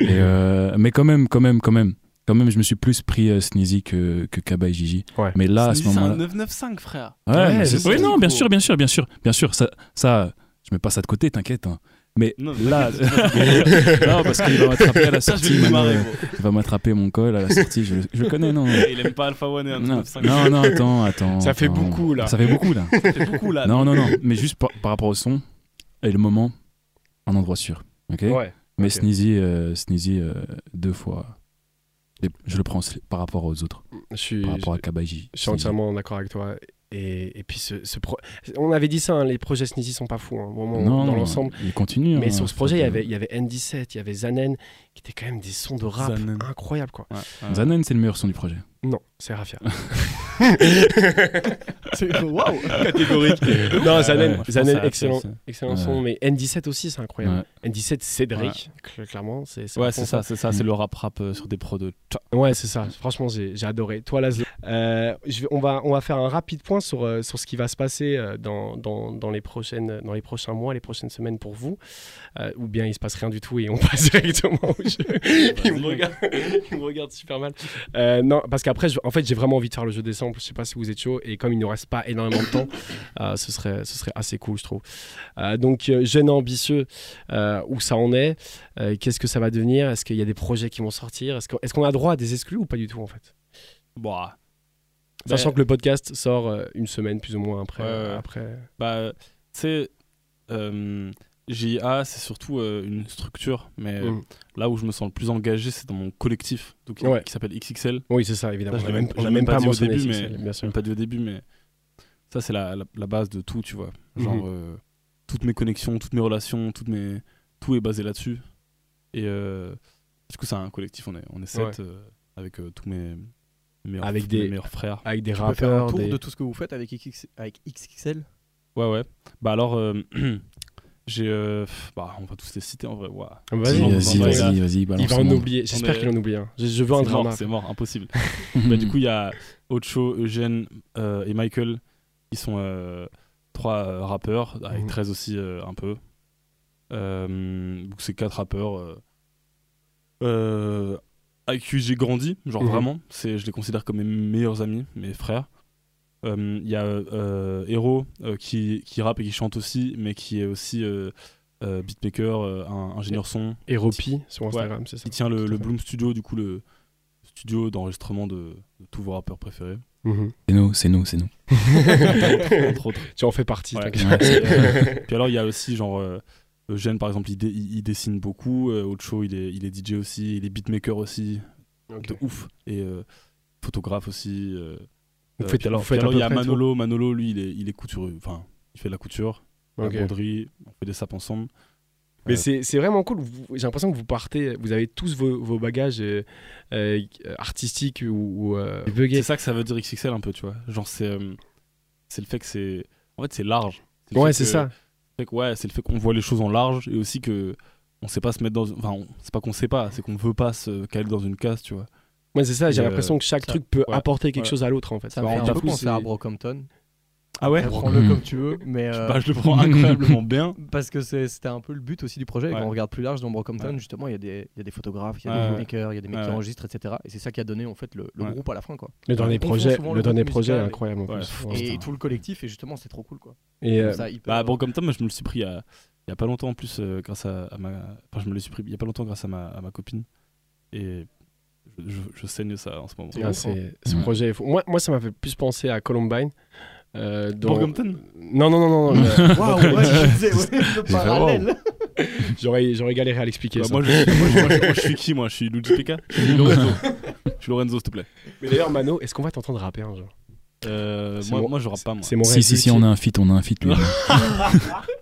S5: Et, euh, mais quand même, quand même, quand même. Quand même, je me suis plus pris euh, Sneezy que, que Kaba et Gigi.
S2: Ouais.
S5: Mais là, à ce
S4: Sneezy, c'est un
S5: moment-là.
S4: 995, frère.
S5: Ouais,
S2: Ouais,
S5: mais c'est-
S2: c'est
S5: oui,
S2: ça.
S5: non, bien sûr, bien sûr, bien sûr, bien sûr. Ça, ça je mets pas ça de côté, t'inquiète. hein. Mais
S4: Non,
S5: là,
S4: t'inquiète,
S5: non, parce qu'il va m'attraper à la
S4: Ça, je vais
S5: sortie.
S4: lui
S5: Manu,
S4: marrer,
S5: euh,
S4: gros.
S5: il va m'attraper mon col à la sortie. Je, le- je le connais, non.
S4: Et Il aime pas Alpha One et un
S5: Non,
S4: 995.
S5: non, non, attends, attends.
S2: Ça fait
S5: attends.
S2: beaucoup, là.
S5: Ça fait beaucoup là.
S4: Ça fait beaucoup là.
S5: non, non, non. Mais juste par, par rapport au son et le moment, un endroit sûr. Ok.
S2: Ouais.
S5: Mais
S2: ok.
S5: Sneezy, euh, Sneezy euh, deux fois. Et Je le prends c'est- par rapport aux autres,
S2: Je suis-
S5: par rapport à Kabaji.
S2: Je suis entièrement d'accord avec toi. Et, et puis, ce, ce pro- on avait dit ça, hein, les projets Sneezy sont pas fous, hein, vraiment,
S5: Non,
S2: dans
S5: non,
S2: l'ensemble.
S5: Il continue.
S2: Mais
S5: hein,
S2: sur ce projet, il y
S5: Fabien.
S2: avait, il y avait N17, il y avait Zanen, qui étaient quand même des sons de rap
S4: Zanen.
S2: incroyables, quoi.
S4: Ouais, ouais.
S5: Zanen, c'est le meilleur son du projet.
S2: Non, c'est Raffia.
S3: C'est- Waouh
S2: Catégorique. non, Zanen,
S5: Ouais, je pense
S2: Zanen,
S5: à Raffia
S2: excellent,
S5: aussi.
S2: excellent
S5: Ouais.
S2: son. Mais N17 aussi, c'est incroyable. N17, Cédric, cl- clairement. c'est c'est un
S4: Ouais,
S2: bon
S4: c'est ça, c'est ça, c'est le rap rap euh, sur des prods de tcha.
S2: Ouais, c'est ça. Franchement, j'ai j'ai adoré. Toi, Lazlo. Euh, je vais- on, va, on va faire un rapide point sur, euh, sur ce qui va se passer euh, dans, dans, dans les prochaines, dans les prochains mois, les prochaines semaines pour vous. Euh, ou bien il se passe rien du tout et on passe directement au jeu. il, me regarde, il me regarde super mal. Euh, non, parce qu'après, je- en fait, j'ai vraiment envie de faire le jeu des samples. Je sais pas si vous êtes chaud. Et comme il ne reste pas énormément de temps, euh, ce, serait, ce serait assez cool, je trouve. Euh, donc, euh, jeune et ambitieux, euh, où ça en est euh, Qu'est-ce que ça va devenir Est-ce qu'il y a des projets qui vont sortir Est-ce qu'on est-ce qu'on a droit à des exclus ou pas du tout en fait
S4: Bah,
S2: Sachant que le podcast sort euh, une semaine plus ou moins après.
S4: Ouais, ouais.
S2: après...
S4: bah, tu sais, euh, JA, c'est surtout euh, une structure, mais euh,
S2: Mm.
S4: là où je me sens le plus engagé, c'est dans mon collectif donc, qui-
S2: Ouais.
S4: qui s'appelle XXL.
S2: Oui, c'est ça, évidemment.
S4: Ça, je
S2: on
S4: l'ai
S2: n'a
S4: même-
S2: même,
S4: je l'ai
S2: même
S4: même
S2: pas
S4: pas dit au
S2: mentionné
S4: début,
S2: Cécile,
S4: mais-
S2: bien
S4: Je l'ai
S2: sûr.
S4: pas dit au début, mais ça, c'est la, la, la base de tout, tu vois. Genre,
S2: Mhm.
S4: euh, toutes mes connexions, toutes mes relations, toutes mes... tout est basé là-dessus. Et euh, du coup, c'est un collectif, on est, on est sept, euh, avec euh, tous mes, mes meilleurs,
S2: Avec
S4: mes
S2: des-
S4: meilleurs frères.
S2: Avec des
S3: Tu peux faire un
S2: rappeurs,
S3: tour
S2: des...
S3: de tout ce que vous faites avec, XX avec XXL
S4: Ouais, ouais. Bah alors, euh, j'ai. euh, pff, bah, on va tous les citer en vrai. Ouah.
S2: Ah, vas-y,
S5: Vas-y,
S4: on
S5: vas-y,
S4: va-
S5: vas-y,
S4: on va-
S5: vas-y,
S2: il
S5: balance
S2: va
S5: le
S2: en
S5: nom.
S2: oublier. hein. J'espère
S4: est-
S2: qu'il en oublie un. Je, je veux un
S4: C'est
S2: drama.
S4: mort, c'est mort, impossible. Bah, du coup, il y a Ocho, Eugène euh, et Michael qui sont euh, trois euh, rappeurs, avec
S2: Mhm.
S4: 13 aussi euh, un peu. Euh, donc, c'est quatre rappeurs euh, euh, avec qui j'ai grandi, genre
S2: Mhm.
S4: vraiment. C'est, je les considère comme mes meilleurs amis, mes frères. Euh, Il y a euh, Hero euh, qui, qui rappe et qui chante aussi, mais qui est aussi euh, euh, beatmaker, euh, un, ingénieur son.
S2: Et Ropi sur Instagram, c'est ça.
S4: Il tient
S2: Tout
S4: le,
S2: à
S4: le
S2: fait.
S4: Bloom Studio, du coup, le studio d'enregistrement de, de tous vos rappeurs préférés.
S2: Mhm.
S5: C'est nous, c'est nous, c'est nous.
S4: Entre autres.
S2: Tu en fais partie.
S4: Ouais.
S2: t'inquiète.
S4: Et, euh, Puis alors, il y a aussi, genre, euh, Eugène, par exemple, il, dé- il- il dessine beaucoup. Euh, Ocho, il est, il est DJ aussi. Il est beatmaker aussi,
S2: Ok.
S4: de ouf. Et euh, photographe aussi. euh.
S2: Vous
S4: Euh,
S2: faites-
S4: puis alors,
S2: vous faites
S4: puis alors,
S2: à peu
S4: il y a
S2: près tout
S4: Manolo. Manolo, lui, il est, il est coutureux. Enfin, il fait de la couture,
S2: Ok.
S4: la broderie. On fait des sapes ensemble.
S2: Mais
S4: Euh,
S2: c'est c'est vraiment cool. Vous- J'ai l'impression que vous partez, vous avez tous vos, vos bagages euh, euh, artistiques ou, ou euh,
S4: C'est
S2: buggés.
S4: ça que ça veut dire XXL un peu, tu vois. Genre, c'est euh, c'est le fait que c'est. En fait, c'est large. le
S2: Ouais,
S4: fait
S2: c'est
S4: que-
S2: ça.
S4: fait que, ouais, c'est le fait qu'on voit les choses en large et aussi que on sait pas se mettre dans enfin on- c'est pas qu'on sait pas c'est qu'on veut pas se caler dans une case tu vois
S2: Moi, c'est ça. J'ai
S4: Et, euh,
S2: l'impression que chaque
S4: ça-
S2: truc peut
S4: ouais,
S2: apporter quelque
S4: ouais.
S2: chose à l'autre, en fait.
S3: Ça me
S2: Bah,
S3: fait
S2: on
S3: un
S2: t'en
S3: peu
S2: fout,
S3: penser
S2: c'est-
S3: à Brockhampton.
S4: ah ouais
S3: Prends-le
S5: Mm.
S3: comme tu veux, mais euh,
S4: bah, je le prends incroyablement bien
S3: parce que c'est- c'était un peu le but aussi du projet. et
S4: Ouais.
S3: Quand on regarde plus large dans Brockhampton,
S4: Ouais.
S3: justement, il y, a des- il y a des photographes, il y a
S4: Ouais,
S3: des
S4: ouais.
S3: beatmakers, il y a des mecs
S4: Ouais,
S3: qui
S4: ouais.
S3: enregistrent, etc. Et c'est ça qui a donné en fait le, le
S4: Ouais.
S3: groupe à la fin, quoi.
S2: Le dernier
S3: On confond
S2: projet,
S3: souvent
S2: le
S3: le
S2: dernier
S3: groupe
S2: projet est
S3: musical,
S2: incroyable en
S4: ouais.
S2: plus.
S4: Ouais,
S3: et
S4: Oh, putain.
S3: tout le collectif, et justement, c'est trop cool, quoi.
S2: Et, euh,
S3: Comme ça, hyper-
S4: bah bon comme Tom moi, je me le suis pris il y a, il y a pas longtemps en plus euh, grâce à, à ma enfin je me le suis pris il y a pas longtemps grâce à ma, à ma copine et je, je, je saigne ça en ce moment
S2: Ouais, ah, c'est- ce
S5: Ouais.
S2: projet est fou. Moi, moi, ça m'a fait plus penser à Columbine. euh, dans-
S4: Brockhampton
S2: Non, non, non, non. non, euh,
S3: Waouh, ouais, je disais, ouais, le
S5: fait,
S3: parallèle.
S2: J'aurais, j'aurais galéré à l'expliquer.
S4: Bah,
S2: ça.
S4: moi, je suis, moi, je, moi, je- moi, je suis qui moi je suis Luigi Pekka je suis Lorenzo je suis Lorenzo s'il te plaît
S2: Mais d'ailleurs, Mano, est-ce qu'on va t'entendre rapper un jour
S4: Euh,
S2: C'est
S4: moi,
S2: mon-
S4: moi je rappe pas moi
S2: C'est mon rêve
S5: Si, si, si,
S2: ultime.
S5: on a un fit, on a un fit. lui.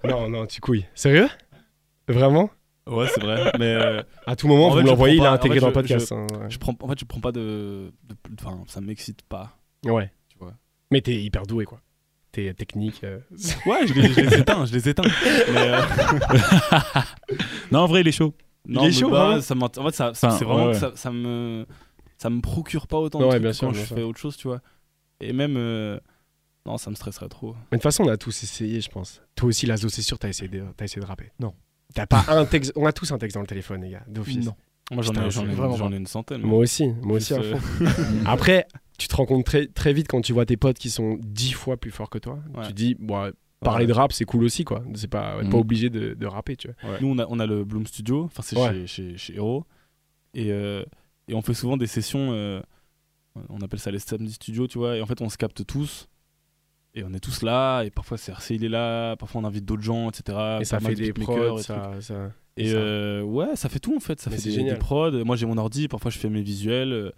S2: Non, non, tu couilles. Sérieux Vraiment
S4: ouais c'est vrai mais euh,
S2: À tout moment,
S4: En fait,
S2: vous
S4: je
S2: l'envoyez, il
S4: prends
S2: est
S4: pas- en
S2: intégré
S4: fait,
S2: dans le
S4: je-
S2: podcast. hein, ouais.
S4: je prends en fait je prends pas de de- enfin ça m'excite pas
S2: Ouais.
S4: tu vois.
S2: Mais t'es hyper doué, quoi. T'es technique. euh.
S4: Ouais, je les, je les éteins, je les éteins. Mais, euh,
S5: Non, en vrai, il est chaud.
S4: non,
S2: est
S4: mais
S2: chaud,
S4: bah,
S2: vraiment
S4: ça m'int- En fait, ça, ça-
S5: Enfin,
S4: c'est vraiment
S5: ouais,
S4: que
S5: ouais.
S4: ça, ça me, ça me procure pas autant de
S2: Ouais,
S4: trucs
S2: bien
S4: que
S2: sûr,
S4: quand
S2: bien
S4: je
S2: sûr.
S4: fais autre chose, tu vois. Et même, euh, non, ça me stresserait trop.
S2: Mais de toute façon, on a tous essayé, je pense. Toi aussi, Lazo, c'est sûr, t'as essayé, de, t'as essayé de rapper.
S3: Non.
S2: T'as pas un texte. On a tous un texte dans le téléphone, les gars, d'office.
S3: Non.
S4: Moi, j'en
S2: Putain,
S4: ai,
S2: c'est
S4: j'en ai-
S3: vraiment
S4: j'en
S3: pas.
S4: ai une centaine.
S2: Moi aussi, moi aussi, à
S4: Plus, euh,
S2: fond. Après, tu te rends compte très, très vite quand tu vois tes potes qui sont dix fois plus forts que toi.
S4: Ouais.
S2: Tu dis, bon, parler de rap, c'est cool aussi, quoi. C'est pas, ouais,
S5: Mm.
S2: pas obligé de, de rapper, tu vois.
S4: Ouais. Nous, on a, on a le Bloom Studio, enfin, c'est
S2: Ouais.
S4: chez, chez, chez Hero. Et, euh, et on fait souvent des sessions, euh, on appelle ça les samedis studio, tu vois. Et en fait, on se capte tous. Et on est tous là, et parfois CRC il est là, parfois on invite d'autres gens, etc.
S2: Et ça
S4: Pas mal
S2: fait
S4: de
S2: des
S4: beatmakers
S2: prods,
S4: et tout.
S2: ça, ça-
S4: Et
S2: Ça.
S4: euh, ouais, ça fait tout en fait. Ça
S2: Mais
S4: fait
S2: c'est
S4: des,
S2: génial.
S4: des prods. Moi j'ai mon ordi, parfois je fais mes visuels, euh,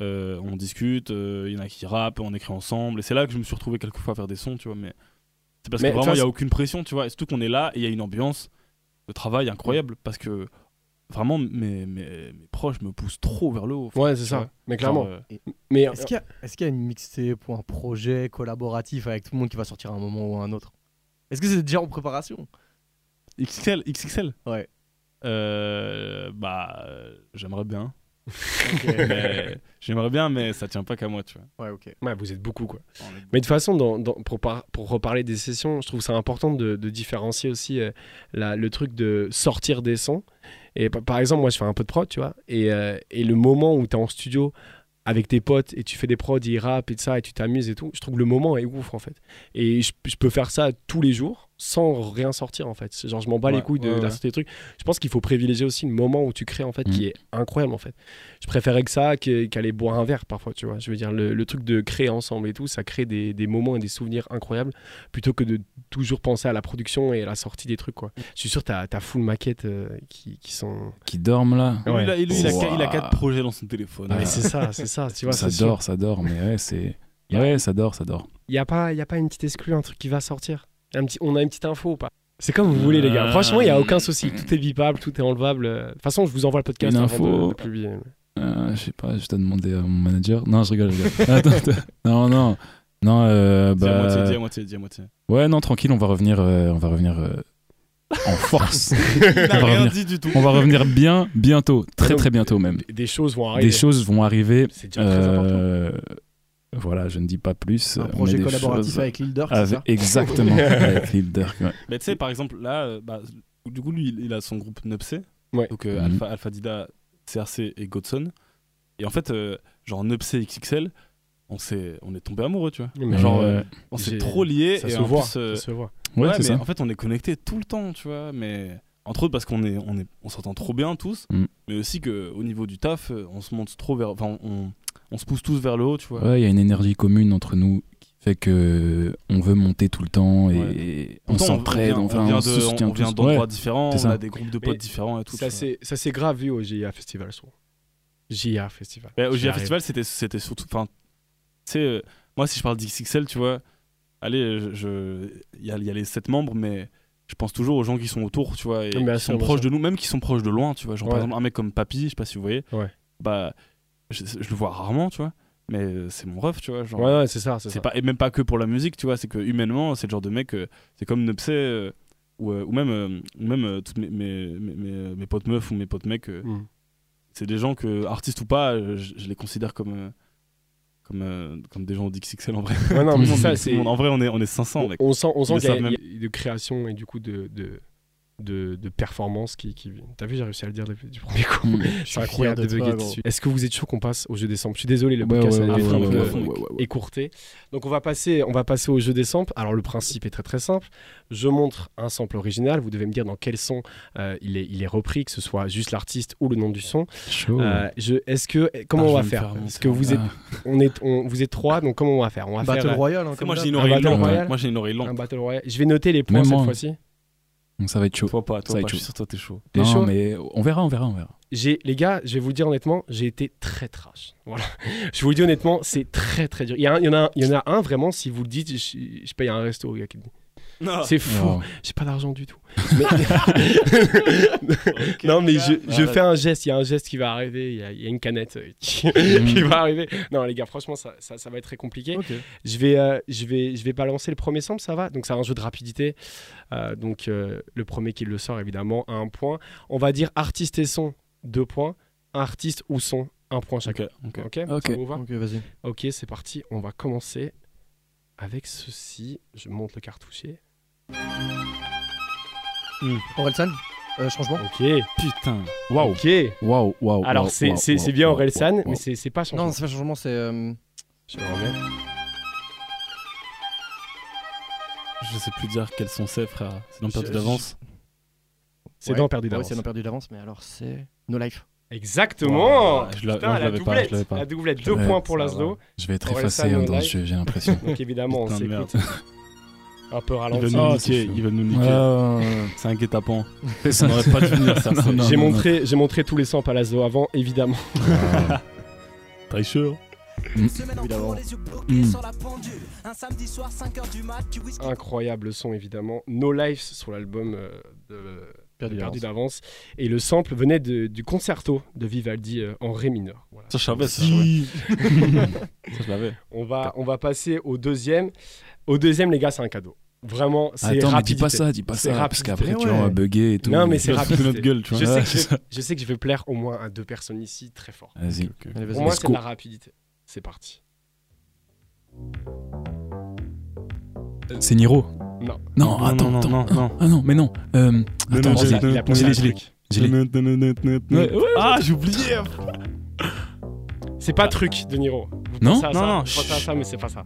S4: euh, on discute, euh, il y en a qui rappent, on écrit ensemble. Et c'est là que je me suis retrouvé quelquefois à faire des sons, tu vois. Mais c'est parce
S2: Mais,
S4: que vraiment il n'y a
S2: face-
S4: aucune pression, tu vois. Et surtout qu'on est là et il y a une ambiance de travail incroyable parce que vraiment mes, mes, mes proches me poussent trop vers le haut.
S2: Ouais, c'est ça.
S4: Ouais.
S2: Mais
S4: Genre,
S2: clairement.
S4: euh,
S2: Mais
S3: Est-ce qu'il y, a- est-ce qu'il y a une mixtape ou un projet collaboratif avec tout le monde qui va sortir à un moment ou à un autre Est-ce que c'est déjà en préparation
S4: XXL, XXL.
S3: Ouais.
S4: Euh, bah, euh, j'aimerais bien.
S3: Ouais,
S4: mais- j'aimerais bien, mais ça tient pas qu'à moi, tu vois.
S3: ok.
S2: ouais, vous êtes beaucoup, quoi.
S4: On est-
S2: Mais de toute façon, dans- dans- pour, par- pour reparler des sessions, je trouve ça important de, de différencier aussi euh, la- le truc de sortir des sons. Et par, par exemple, moi, je fais un peu de prod, tu vois. Et, euh, et le moment où tu es en studio avec tes potes et tu fais des prods, ils rappent et tout ça, et tu t'amuses et tout, je trouve que le moment est ouf, en fait. Et je, je peux faire ça tous les jours sans rien sortir, en fait. C'est Genre, je m'en bats les
S4: Ouais,
S2: couilles de
S4: ouais,
S2: la
S4: ouais.
S2: sortie des trucs. Je pense qu'il faut privilégier aussi le moment où tu crées, en fait,
S5: Mm.
S2: qui est incroyable, en fait. Je préférais que ça que- qu'aller boire un verre parfois, tu vois. Je veux dire, le, le truc de créer ensemble et tout, ça crée des, des moments et des souvenirs incroyables plutôt que de toujours penser à la production et à la sortie des trucs, quoi. Je suis sûr, t'as as full maquette euh, qui, qui sont.
S5: Qui dorment là.
S4: Lui, il a- lui, il, a,
S5: Ouah.
S4: il a quatre projets dans son téléphone.
S2: Mais
S5: Ouais.
S2: c'est ça, c'est ça, tu vois.
S5: ça
S2: c'est sûr.
S5: dort, ça dort, mais ouais, c'est.
S2: Ouais.
S5: Ouais, ça dort, ça dort.
S2: Il n'y a, pas- y a pas une petite exclue, un truc qui va sortir un petit, On a une petite info ou pas C'est comme vous voulez, les gars. Franchement, il n'y a aucun souci. Tout est vivable, tout est enlevable. De toute façon, je vous envoie le podcast
S5: Une
S2: avant de- de,
S5: info.
S2: publier.
S5: Euh, je sais pas, je dois demander à mon manager. Non, je rigole, je rigole. Attends, t- non, non. Non, euh,
S4: Dis à moitié, hein. dis à
S5: bah.
S4: moitié, dis à moitié.
S5: Ouais, non, tranquille, on va revenir. euh, on va revenir euh, en force.
S4: Il
S5: On
S4: a
S5: va
S4: rien
S5: revenir.
S4: dit du tout.
S5: on va revenir bien, bientôt. Très,
S2: Donc,
S5: très bientôt même.
S2: Des- Des choses vont arriver.
S5: Des choses vont arriver.
S2: C'est déjà très important.
S5: Euh, Voilà, je ne dis pas plus.
S3: Un
S5: mais
S3: projet
S5: des
S3: collaboratif
S5: choses
S3: avec Lildor, c'est
S5: avec-
S3: ça
S5: Exactement, avec Lil Durk, ouais.
S4: Mais tu sais, par exemple, là, euh, bah, du coup, lui, il- il a son groupe Nupsé.
S2: Ouais.
S4: Donc euh,
S5: Mhm.
S4: Alpha, Alpha Dida, CRC et Godson. Et en fait, euh, genre Nupsé XXL, on, s'est- on est tombé amoureux, tu vois.
S2: Mais
S4: Genre,
S5: Euh,
S4: On
S2: J'ai-
S4: s'est trop liés.
S2: ça,
S4: et
S2: se
S4: en
S2: voit,
S4: plus, euh,
S2: ça se voit.
S5: ouais,
S4: ouais,
S5: c'est
S4: mais
S5: ça.
S4: en fait, on est connectés tout le temps, tu vois. Mais entre autres parce qu'on est, on est, on s'entend trop bien tous,
S5: Mm.
S4: mais aussi que au niveau du taf, euh, on se monte trop vers, enfin, on, on se pousse tous vers le haut, tu vois.
S5: Ouais, il y a une énergie commune entre nous qui fait que euh, on veut monter tout le temps et
S4: Ouais.
S5: on
S4: Pourtant,
S5: s'entraide,
S4: vient-
S5: enfin
S4: vient
S5: on
S4: de-
S5: se soutient
S4: on vient
S5: tous.
S4: d'endroits
S5: Ouais.
S4: différents,
S5: c'est
S4: on
S5: ça.
S4: a des groupes de potes
S2: Mais
S4: différents et tout.
S2: Ça,
S4: tu vois.
S2: c'est- ça s'est grave vu au GIA Festival, je trouve. GIA Festival.
S4: Ouais, Bah, au
S2: J'y
S4: GIA
S2: arrive.
S4: Festival, c'était, c'était surtout. Enfin, tu sais, euh, moi, si je parle d'XXL, tu vois, allez, je- je- il y, a, il y a les 7 membres, mais je pense toujours aux gens qui sont autour, tu vois, et
S2: Ah, Bien
S4: qui
S2: sûr,
S4: sont
S2: bien
S4: proches
S2: sûr.
S4: de nous, même qui sont proches de loin, tu vois. Genre, par
S2: Ouais.
S4: exemple, un mec comme Papy, je sais pas si vous voyez,
S2: Ouais.
S4: bah, je, je le vois rarement, tu vois, mais euh, c'est mon ref, tu vois. Genre,
S2: Ouais, ouais, c'est ça. C'est
S4: c'est
S2: ça.
S4: pas, et même pas que pour la musique, tu vois, c'est que humainement, c'est le genre de mec, euh, c'est comme Nupsé, euh, ou, euh, ou même, euh, ou même euh, toutes mes, mes, mes- mes- mes potes meufs ou mes potes mecs. euh,
S2: Mm.
S4: c'est des gens que, artistes ou pas, euh, je, je les considère comme, euh, comme, euh, comme des gens d'XXL en vrai.
S2: Ouais, non,
S4: Tout
S2: mais
S4: le
S2: c'est
S4: monde,
S2: ça,
S4: tout
S2: c'est-
S4: le monde. En vrai, on est, on est 500,
S2: On,
S4: mec.
S2: on sent, on sent
S4: le
S2: qu'il y a,
S4: savent même.
S2: il y a de création et du coup de, de, de, de performance qui. qui... T'as vu, j'ai réussi à le dire depuis- du premier coup.
S5: Mm.
S2: Je suis
S3: fier
S2: incroyable
S3: de
S2: de
S3: toi,
S2: bugger
S3: gros.
S2: dessus. Est-ce que vous êtes chaud qu'on passe au jeu décembre Je suis désolé, le
S5: Ouais,
S2: podcast
S5: ouais,
S2: a
S5: ouais,
S2: été
S4: ouais,
S2: un
S4: ouais,
S2: peu
S4: ouais, ouais,
S2: écourté. Donc on va passer, on va passer au jeu des samples. Alors le principe est très très simple. Je montre un sample original. Vous devez me dire dans quel son euh, il, est, il est repris, que ce soit juste l'artiste ou le nom du son.
S5: Chaud. Ah,
S2: Euh, je, est-ce que comment
S4: Ah, je
S2: on va
S4: vais me
S2: faire
S4: faire
S2: Parce
S4: monter
S2: que
S4: en
S2: vous êtes, on est, on- vous êtes trois, donc comment on va faire On va
S3: Battle
S2: faire euh,
S3: Royale, hein,
S4: Tu sais,
S3: comme
S4: moi,
S3: d'hab.
S4: j'ai une
S2: Un
S4: oreille
S2: battle
S4: lente.
S2: royale
S4: Moi, j'ai une oreille
S2: un
S4: lente.
S2: battle royale. Je vais noter les points
S5: Même
S2: cette
S5: moi.
S2: fois-ci.
S5: Donc ça va être chaud.
S4: Toi pas,
S5: Ça va
S4: toi pas,
S5: être
S4: je suis
S5: chaud.
S4: sûr que toi, t'es chaud.
S2: T'es
S5: non,
S2: chaud
S5: mais on verra, on verra, on verra.
S2: J'ai, les gars, je vais vous le dire honnêtement, j'ai été très trash. Voilà. Je vous le dis honnêtement, c'est très très dur. Il y, a un- il y en a, un- il y en a un vraiment, si vous le dites, je, je paye un resto au gars qui le dit.
S4: Non,
S2: C'est fou.
S5: Oh.
S2: J'ai pas d'argent du tout. Mais- non, mais je, je fais un geste. Il y a un geste qui va arriver. Il y a, il y a une canette euh, qui, qui va arriver. Non, les gars, franchement, ça, ça, ça va être très compliqué.
S4: Ok.
S2: Je vais, euh, je vais, je vais balancer le premier sample, ça va. Donc, c'est un jeu de rapidité. Euh, donc, euh, le premier qui le sort, évidemment, a un point. On va dire artiste et son, deux points. Artiste ou son, un point chacun.
S4: Ok, ok.
S2: Ok,
S5: Ok.
S2: ça vous va
S3: Ok, vas-y.
S2: Ok, c'est parti. On va commencer avec ceci. Je monte le cartouchier.
S3: Orelsan euh, Changement
S2: Ok.
S4: Putain.
S5: Waouh,
S2: Ok.
S5: waouh, waouh.
S2: Alors,
S5: waouh,
S2: c'est
S5: waouh,
S2: c'est-
S5: waouh,
S2: c'est bien
S5: waouh,
S2: Orelsan,
S5: waouh,
S2: mais c'est c'est pas
S3: Non,
S2: changement.
S3: c'est pas changement, c'est. euh,
S2: Je remets.
S4: Je sais plus dire quels sont ces frères. C'est dans perdu
S3: Je-
S4: d'avance.
S2: C'est
S3: ouais.
S2: dans Perdu
S3: Ouais,
S2: d'avance.
S3: c'est non perdu d'avance, mais alors c'est. No Life.
S2: Exactement
S4: Ouah, je l'a-
S2: Putain,
S4: non, je
S2: la
S4: l'avais pas, je
S2: doublette
S4: l'avais pas.
S2: La doublette, deux
S5: Ouais,
S2: points pour
S4: ça
S2: Laszlo.
S5: Je vais être
S2: Orelsan,
S5: effacé hein, dans
S2: live.
S5: ce jeu, j'ai l'impression.
S2: Donc évidemment, on
S4: Putain de merde.
S2: s'écoute un peu
S4: Ils
S2: ralenti.
S4: veulent
S2: Oh,
S4: nous
S5: Ah, c'est
S4: niquer.
S5: chaud.
S4: Ils veulent nous niquer.
S2: Ah,
S5: Euh,
S4: C'est un guet-apens.
S5: c'est ça.
S4: On aurait pas dû venir faire ça.
S5: Non, non,
S2: J'ai
S5: non, non.
S2: montré, j'ai montré tous les samples à Laszlo avant, évidemment.
S5: Ah,
S4: T'es sûr
S5: Mm.
S6: Semaine en cours, les yeux bloqués
S5: Mm.
S6: sur la pendule. Un samedi soir, 5h du mat, tu whisky.
S2: Incroyable son, évidemment. No Lives sur l'album euh, de
S3: Perdu
S2: de perdu d'avance.
S3: d'avance.
S2: Et le sample venait de- du concerto de Vivaldi euh, en ré mineur. Voilà.
S4: Ça, je savais, ça. ouais. Ça, je l'avais.
S2: On va, on va passer au deuxième. Au deuxième, les gars, c'est un cadeau. Vraiment, c'est
S5: Attends, mais dis
S2: rapidité.
S5: pas ça, dis pas
S2: C'est
S5: ça, parce
S2: rapidité.
S5: qu'après tu
S3: Ouais.
S5: vas bugger et tout.
S2: Non, mais c'est
S4: Ça,
S2: rapide.
S4: Ah, notre gueule, tu
S2: Je
S4: vois. Ah,
S2: sais,
S5: Ouais,
S2: que
S5: c'est
S2: je, je sais que je vais plaire au moins à deux personnes ici très fort.
S5: Vas-y.
S3: Allez, vas-y.
S2: Pour moi,
S5: let's
S2: c'est de
S5: go.
S2: la rapidité. C'est parti.
S5: C'est Niro.
S2: Non.
S5: Non, attends,
S4: non,
S5: attends.
S4: non, non.
S5: Ah non, mais non. Euh,
S4: Non,
S5: attends,
S4: non,
S5: j'ai
S4: j'ai-
S5: les-
S2: il a pensé
S5: j'ai
S2: à
S5: les-
S2: un
S5: j'ai les-
S2: truc.
S5: j'ai les- Ouais, ouais,
S4: Ah, j'ai oublié.
S2: C'est pas truc de Niro. Vous
S5: Non
S2: pensez à
S4: Non,
S2: ça,
S4: non,
S2: vous pensez à ça, mais c'est pas ça.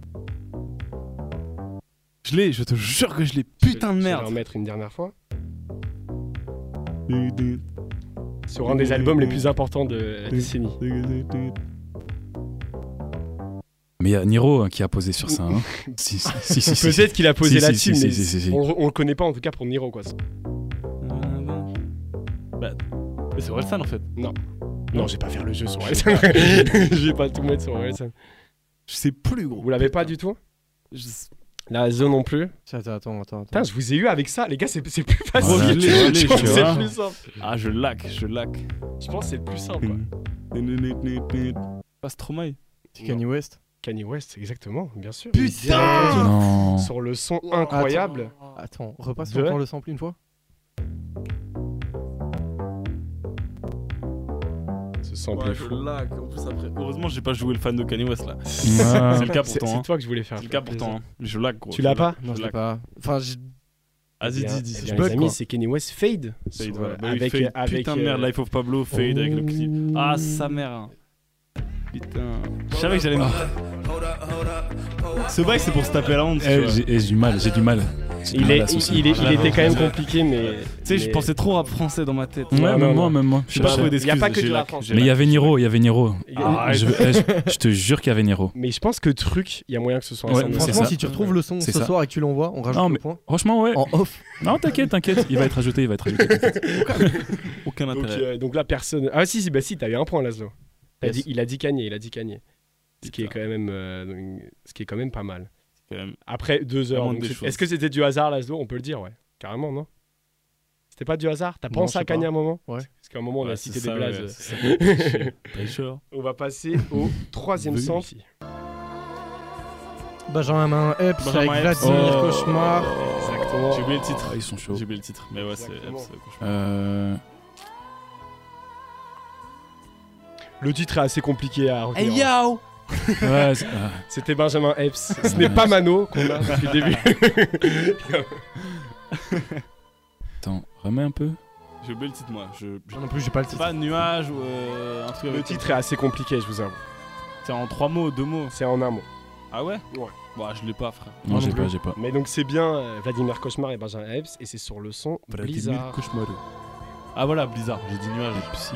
S4: Je l'ai, je te jure que je l'ai. Putain de
S2: Je- Je vais en
S4: merde.
S2: mettre une dernière fois. Sur un des albums les plus importants de la décennie.
S5: Mais il y a Niro hein, qui a posé sur ça. hein. si, si, si, si, si.
S2: Peut-être qu'il a posé
S5: Si,
S2: la
S5: si,
S2: team,
S5: si,
S2: mais
S5: si, si, si.
S2: on, on le connaît pas en tout cas pour Niro quoi.
S4: Bah, Mais c'est Orelsan en fait.
S2: Non, j'ai pas faire le jeu sur Wilson. Je vais pas tout mettre sur Wilson.
S4: Je sais plus, gros.
S2: Vous l'avez pas du tout
S4: Je-
S2: La zone non plus.
S3: Attends, attends, attends. attends.
S2: Putain, je vous ai eu avec ça, les gars, c'est c'est plus facile.
S5: Voilà, tu
S4: vois,
S2: je
S4: tu
S2: pense que c'est
S4: vois.
S2: le plus simple.
S4: Ah, je lac, je lac.
S2: Je pense que c'est le plus simple. quoi.
S4: Pas Stromae.
S3: C'est Kanye West.
S2: Kanye West, exactement, bien sûr.
S4: Putain
S5: Non.
S2: Sur le son incroyable.
S3: Attends, repasse
S2: Deux.
S3: encore le sample une fois.
S2: Ce sample est
S4: Ouais, je
S2: fou.
S4: lac. En plus, après, heureusement, j'ai pas joué le fan de Kanye West là.
S5: Ah.
S4: C'est le cas
S2: C'est
S4: pourtant.
S2: c'est
S4: hein.
S2: toi que je voulais faire.
S4: C'est le cas pourtant. hein. Mais Je lac, gros.
S2: Tu
S4: je
S2: l'as
S4: lac.
S2: pas
S3: Non,
S4: Je
S3: je
S4: l'ai
S3: l'ai pas. Enfin, je-
S4: Vas-y,
S2: Eh bien-
S4: dis, dis.
S2: eh
S4: c'est
S2: bien,
S4: bug,
S2: les
S4: quoi.
S2: amis, c'est Kanye West Fade.
S4: Fade,
S2: Sur- euh,
S4: voilà. Bah oui,
S2: Avec,
S4: Fade.
S2: avec,
S4: Putain de merde,
S2: euh,
S4: Life of Pablo, Fade avec le clip. Ah, sa mère. hein. Putain. Je savais que j'allais me. Ce bail, c'est pour se taper la honte. tu
S5: Eh,
S4: vois.
S5: J'ai eh, j'ai du mal, j'ai du mal. J'ai du
S2: Il,
S4: Ah,
S5: mal
S2: est,
S5: à associer.
S2: il, est- il
S4: Voilà.
S2: était quand même compliqué, mais.
S4: Tu sais, je
S2: mais-
S4: pensais trop rap français dans ma tête.
S5: Ouais,
S2: Ouais, non,
S5: même moi,
S2: non.
S5: même moi.
S4: J'ai pas trouvé
S2: Il y a
S4: d'excuses,
S2: pas que
S4: j'ai
S2: du
S4: lac,
S2: rap français.
S4: j'ai
S5: Mais il y
S4: lac.
S5: avait Niro, il y avait Niro.
S2: Il y a-
S4: Ah,
S5: Je, eh, je- je te jure qu'il y avait Niro.
S2: Mais je pense que truc, il y a moyen que ce soit un
S5: Ouais,
S2: sample.
S5: c'est
S3: franchement,
S5: ça.
S3: si tu retrouves le son ce
S5: C'est ça.
S3: soir et que tu l'envoies, on rajoute
S5: Non,
S3: le
S5: mais-
S3: point
S5: Franchement, ouais.
S2: Oh.
S3: en off.
S5: Non, t'inquiète, t'inquiète. Il va être ajouté, il va être ajouté. t'inquiète.
S4: Aucun
S2: Donc,
S4: intérêt.
S2: euh, donc là, personne. Ah, si, si, bah si, t'as eu un point, Laszlo. T'as
S4: Yes.
S2: dit- il a dit Kanye, il a dit Kanye. Ce qui, est
S4: Putain.
S2: quand même, euh, une- ce qui est quand même pas mal.
S4: Quand même.
S2: Après deux heures.
S4: Vraiment
S2: donc
S4: des
S2: c'est-
S4: choses.
S2: Est-ce que c'était du hasard, Laszlo On peut le dire, ouais. Carrément, non C'était pas du hasard T'as
S3: Non,
S2: pensé
S3: je
S2: à
S3: sais pas.
S2: Kanye à un moment
S3: Ouais.
S2: Parce qu'à un moment, on
S4: Ouais,
S2: a
S4: c'est
S2: cité
S4: ça,
S2: des blazes.
S4: ouais, c'est ça. T'es hein. sûr
S2: On va passer au troisième
S4: Venu.
S2: sample.
S3: Benjamin Epps avec
S4: Benjamin Epps.
S3: Vladimir
S4: Oh.
S3: Cauchemar.
S2: Exactement.
S4: J'ai oublié le titre.
S5: Ah, ils sont chauds.
S4: J'ai oublié le titre. Mais ouais, c'est.
S2: Exactement.
S4: c'est- franchement.
S5: Euh,
S2: Le titre est assez compliqué à retenir.
S6: yo
S5: ouais, c'est- ah.
S2: C'était Benjamin Epps. Ce n'est pas Mano qu'on a depuis le début.
S5: Attends, remets un peu.
S4: J'ai oublié le titre, moi. Je. je-
S3: Moi Non plus, j'ai pas le
S4: C'est
S3: titre.
S4: pas nuage ou euh, un truc
S2: Ah, le
S4: avec
S2: titre est assez compliqué, je vous avoue.
S4: C'est en trois mots, deux mots.
S2: C'est en un mot.
S4: Ah ouais
S2: Ouais.
S4: Bah, je l'ai pas, frère.
S5: Non, j'ai pas, j'ai pas.
S2: Mais donc c'est bien euh, Vladimir Cauchemar et Benjamin Epps, et c'est sur le son Blizzard.
S4: Ah voilà, Blizzard. J'ai dit nuage.
S2: Si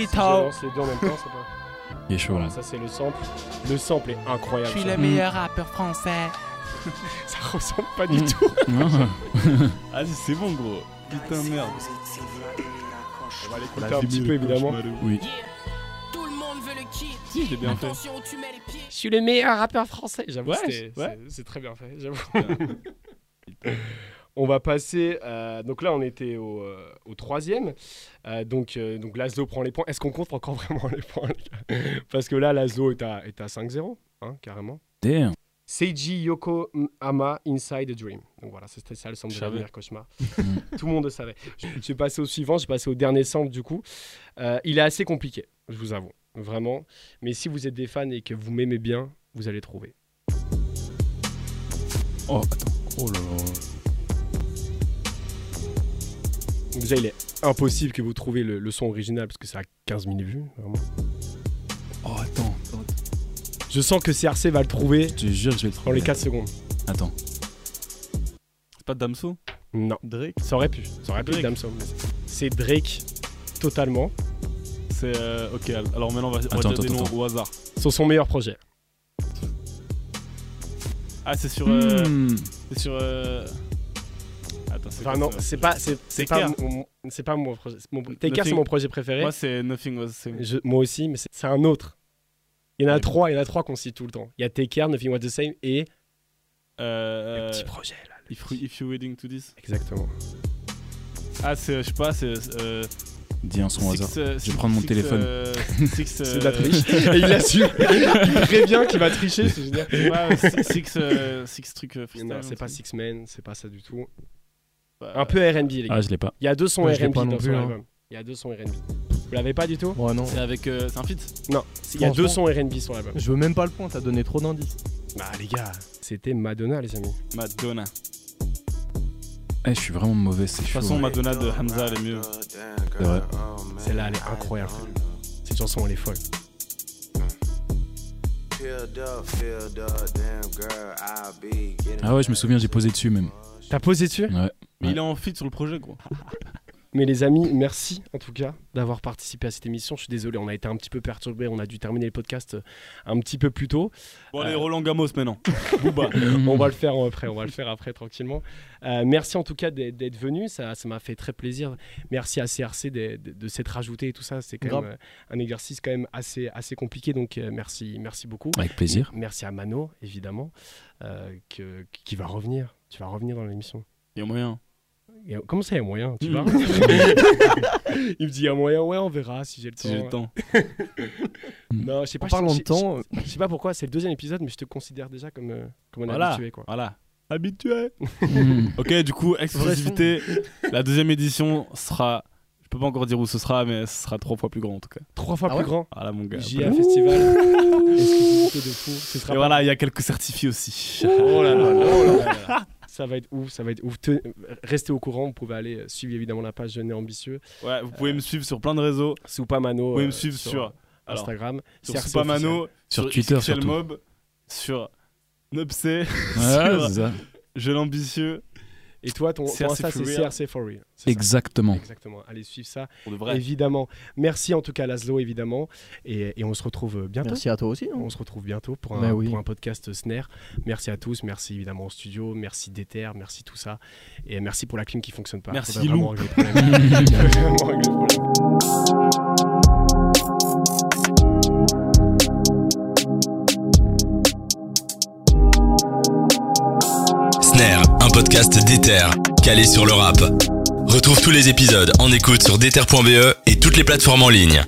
S2: je lance les deux en même temps, c'est pas...
S5: Il est chaud là.
S2: Voilà, ça c'est le sample. Le sample est incroyable. ça. Mm.
S5: meilleur
S6: rappeur français.
S2: Ça ressemble pas du
S5: Mm.
S2: tout.
S5: Non.
S4: Vas-y, c'est bon, gros. Putain de merde.
S2: On va
S4: Bah,
S2: l'écouter un petit peu évidemment.
S5: Oui.
S6: Tout le monde veut le kit.
S4: Si, je l'ai bien fait.
S6: Attention où tu mets les pieds.
S2: Je suis le meilleur rappeur français. J'avoue,
S4: Ouais,
S2: c'était-
S4: c'est- ouais.
S2: c'est c'est très bien fait. J'avoue.
S4: Putain.
S2: On va passer. euh, donc là, on était au, euh, au troisième. Euh, donc, euh, donc Laszlo prend les points. Est-ce qu'on compte encore vraiment les points les gars Parce que là, Laszlo est à, est à 5-0, hein, carrément.
S5: Damn.
S2: Seiji Yokohama Inside the Dream. Donc voilà, c'était ça le sample
S4: Je
S2: de
S4: savais.
S2: Vladimir Cauchemar.
S5: Mm.
S2: Tout le monde le savait. Je, je suis passé au suivant, je suis passé au dernier sample du coup. Euh, il est assez compliqué, je vous avoue, vraiment. Mais si vous êtes des fans et que vous m'aimez bien, vous allez trouver.
S5: Oh, attends. Oh là là.
S2: Donc déjà, il est impossible que vous trouviez le, le son original parce que ça a 15 000 vues, vraiment.
S5: Oh, attends.
S2: Je sens que CRC va le trouver
S5: Je te jure, je vais le
S2: dans
S5: trouver.
S2: Oh, les 4 secondes.
S5: Attends.
S4: C'est pas Damso
S2: Non,
S3: Drake.
S2: ça aurait pu. Ça aurait pu
S4: Drake.
S2: Damson, mais c'est- C'est Drake totalement
S4: C'est. euh, Ok, alors maintenant, on va, on va
S5: Attends,
S4: dire des
S5: attends,
S4: noms
S5: attends.
S4: au hasard.
S2: sur son meilleur projet.
S4: Ah, c'est sur. euh,
S5: Hmm.
S4: C'est sur. euh, Attends, c'est euh,
S2: Enfin
S4: quoi
S2: non,
S4: ça
S2: c'est pas c'est c'est
S4: Taker.
S2: pas mon c'est pas mon projet. Mon, Taker
S4: Nothing.
S2: c'est mon projet préféré.
S4: Moi, c'est Nothing Was the Same.
S2: Je- moi aussi, mais c'est c'est un autre. Il y en a trois, il y en a trois qu'on cite tout le temps. Il y a Taker, Nothing Was the Same et
S4: Euh,
S2: petit projet là. le
S4: if,
S2: petit- Euh,
S4: if you're waiting to this.
S2: Exactement.
S4: Ah, c'est, je sais pas, c'est. euh,
S5: Dis un son au
S4: six,
S5: hasard.
S4: euh,
S5: Je vais
S4: six-
S5: prendre mon
S4: six,
S5: téléphone.
S4: euh, six,
S2: C'est de la
S4: euh,
S2: triche. Et il l'assume. il prévient qu'il va tricher, c'est génial.
S4: je sais pas, six- Six euh, six trucs euh, freestyle.
S2: Non,
S4: un
S2: c'est pas
S4: truc.
S2: Six Men, c'est pas ça du tout.
S4: Bah,
S2: Un peu RB, les gars.
S5: Ah, je l'ai pas.
S2: Il y a deux sons
S3: Ouais, je l'ai
S2: RB
S3: pas
S2: dans
S3: non
S2: son
S3: plus, hein.
S2: album. Il y a deux sons RB. Vous l'avez pas du tout
S3: Ouais, non.
S4: C'est avec. euh, c'est un feat
S2: Non, il y a
S3: Franchement.
S2: deux sons RB sur l'album.
S3: Je veux même pas le point, t'as donné trop d'indices.
S2: Bah, les gars, c'était Madonna, les amis.
S4: Madonna.
S5: Eh, je suis vraiment mauvais, c'est
S4: De
S5: chaud.
S4: toute façon, Madonna de Hamza, elle est mieux.
S5: C'est
S2: euh,
S5: vrai.
S2: Celle-là, elle est incroyable. Cette chanson, elle est folle.
S5: Ah ouais, je me souviens, j'ai posé dessus même.
S2: T'as posé dessus
S5: Ouais.
S4: Mais il est en feat sur le projet, quoi.
S2: Mais les amis, merci en tout cas d'avoir participé à cette émission. Je suis désolé, on a été un petit peu perturbé, on a dû terminer le podcast euh, un petit peu plus tôt.
S4: Bon,
S2: Euh,
S4: allez, Roland Gamos maintenant. Booba.
S2: On va le faire euh, après, on va le faire après tranquillement. Euh, merci en tout cas d'être d'être venu, ça ça m'a fait très plaisir. Merci à CRC de, de- de s'être rajouté et tout ça. C'est quand
S3: Grave.
S2: même euh, un exercice quand même assez assez compliqué, donc euh, merci merci beaucoup.
S5: Avec plaisir.
S2: Merci à Mano évidemment euh, que- qui va revenir. Tu vas revenir dans l'émission.
S4: Il y a moyen.
S2: Et, euh, Comment ça, il y a moyen Tu vas
S4: Mm.
S2: Il me dit il y a moyen, ouais, on verra si j'ai le temps.
S4: Si j'ai le temps.
S2: Non, je sais pas.
S3: En parlant
S2: je-
S3: de
S2: je-
S3: temps,
S2: je- Je sais pas pourquoi, c'est le deuxième épisode, mais je te considère déjà comme, euh, comme un
S4: Voilà.
S2: habitué, quoi.
S4: Voilà. Habitué.
S5: Mmh.
S4: Ok, du coup, exclusivité. La deuxième édition sera. Je peux pas encore dire où ce sera, mais ce sera trois fois plus grand en tout cas.
S2: Trois fois
S3: Ah
S2: plus
S3: ouais
S2: grand.
S4: Ah là, mon gars.
S2: J'ai un festival. Exclusivité de fou. Ce sera
S4: Et
S2: pas-
S4: voilà, il y a quelques certifiés aussi.
S2: Oh là là, oh là là là là. Ça va être ouf, ça va être ouf. Te- Restez au courant, vous pouvez aller euh, suivre évidemment la page Jeune et Ambitieux.
S4: Ouais, vous pouvez me suivre sur plein de réseaux. Vous
S2: Soupa Mano.
S4: pouvez
S2: euh,
S4: me suivre sur, alors,
S2: Instagram.
S4: sur
S2: CRC officiel.
S4: Supamano,
S5: Sur Twitter,
S4: XXL
S5: surtout.
S4: Mob, sur Nobsé,
S5: Ouais,
S4: sur
S5: c'est ça.
S4: Je l'ambitieux.
S2: Et toi, ton, ton
S4: CRC
S2: Insta,
S4: for
S2: c'est
S4: real.
S2: CRC for real. C'est ça.
S5: Exactement.
S2: Exactement. Allez suivre ça,
S4: Pour de vrai.
S2: évidemment. Merci en tout cas, Laszlo, évidemment. Et, et on se retrouve euh, bientôt.
S3: merci à toi aussi. hein.
S2: On se retrouve bientôt pour
S4: Ben
S2: un,
S3: Bah oui.
S2: pour un podcast Snare. Merci à tous, merci évidemment au studio, merci Déter, merci tout ça. Et merci pour la clim qui fonctionne pas.
S4: Merci,
S2: Faudrait
S4: Lou.
S2: vraiment régler le problème. Faudrait vraiment régler le problème.
S1: Snare, un podcast d'Ether, calé sur le rap. Retrouve tous les épisodes en écoute sur Dether.be et E toutes les plateformes en ligne.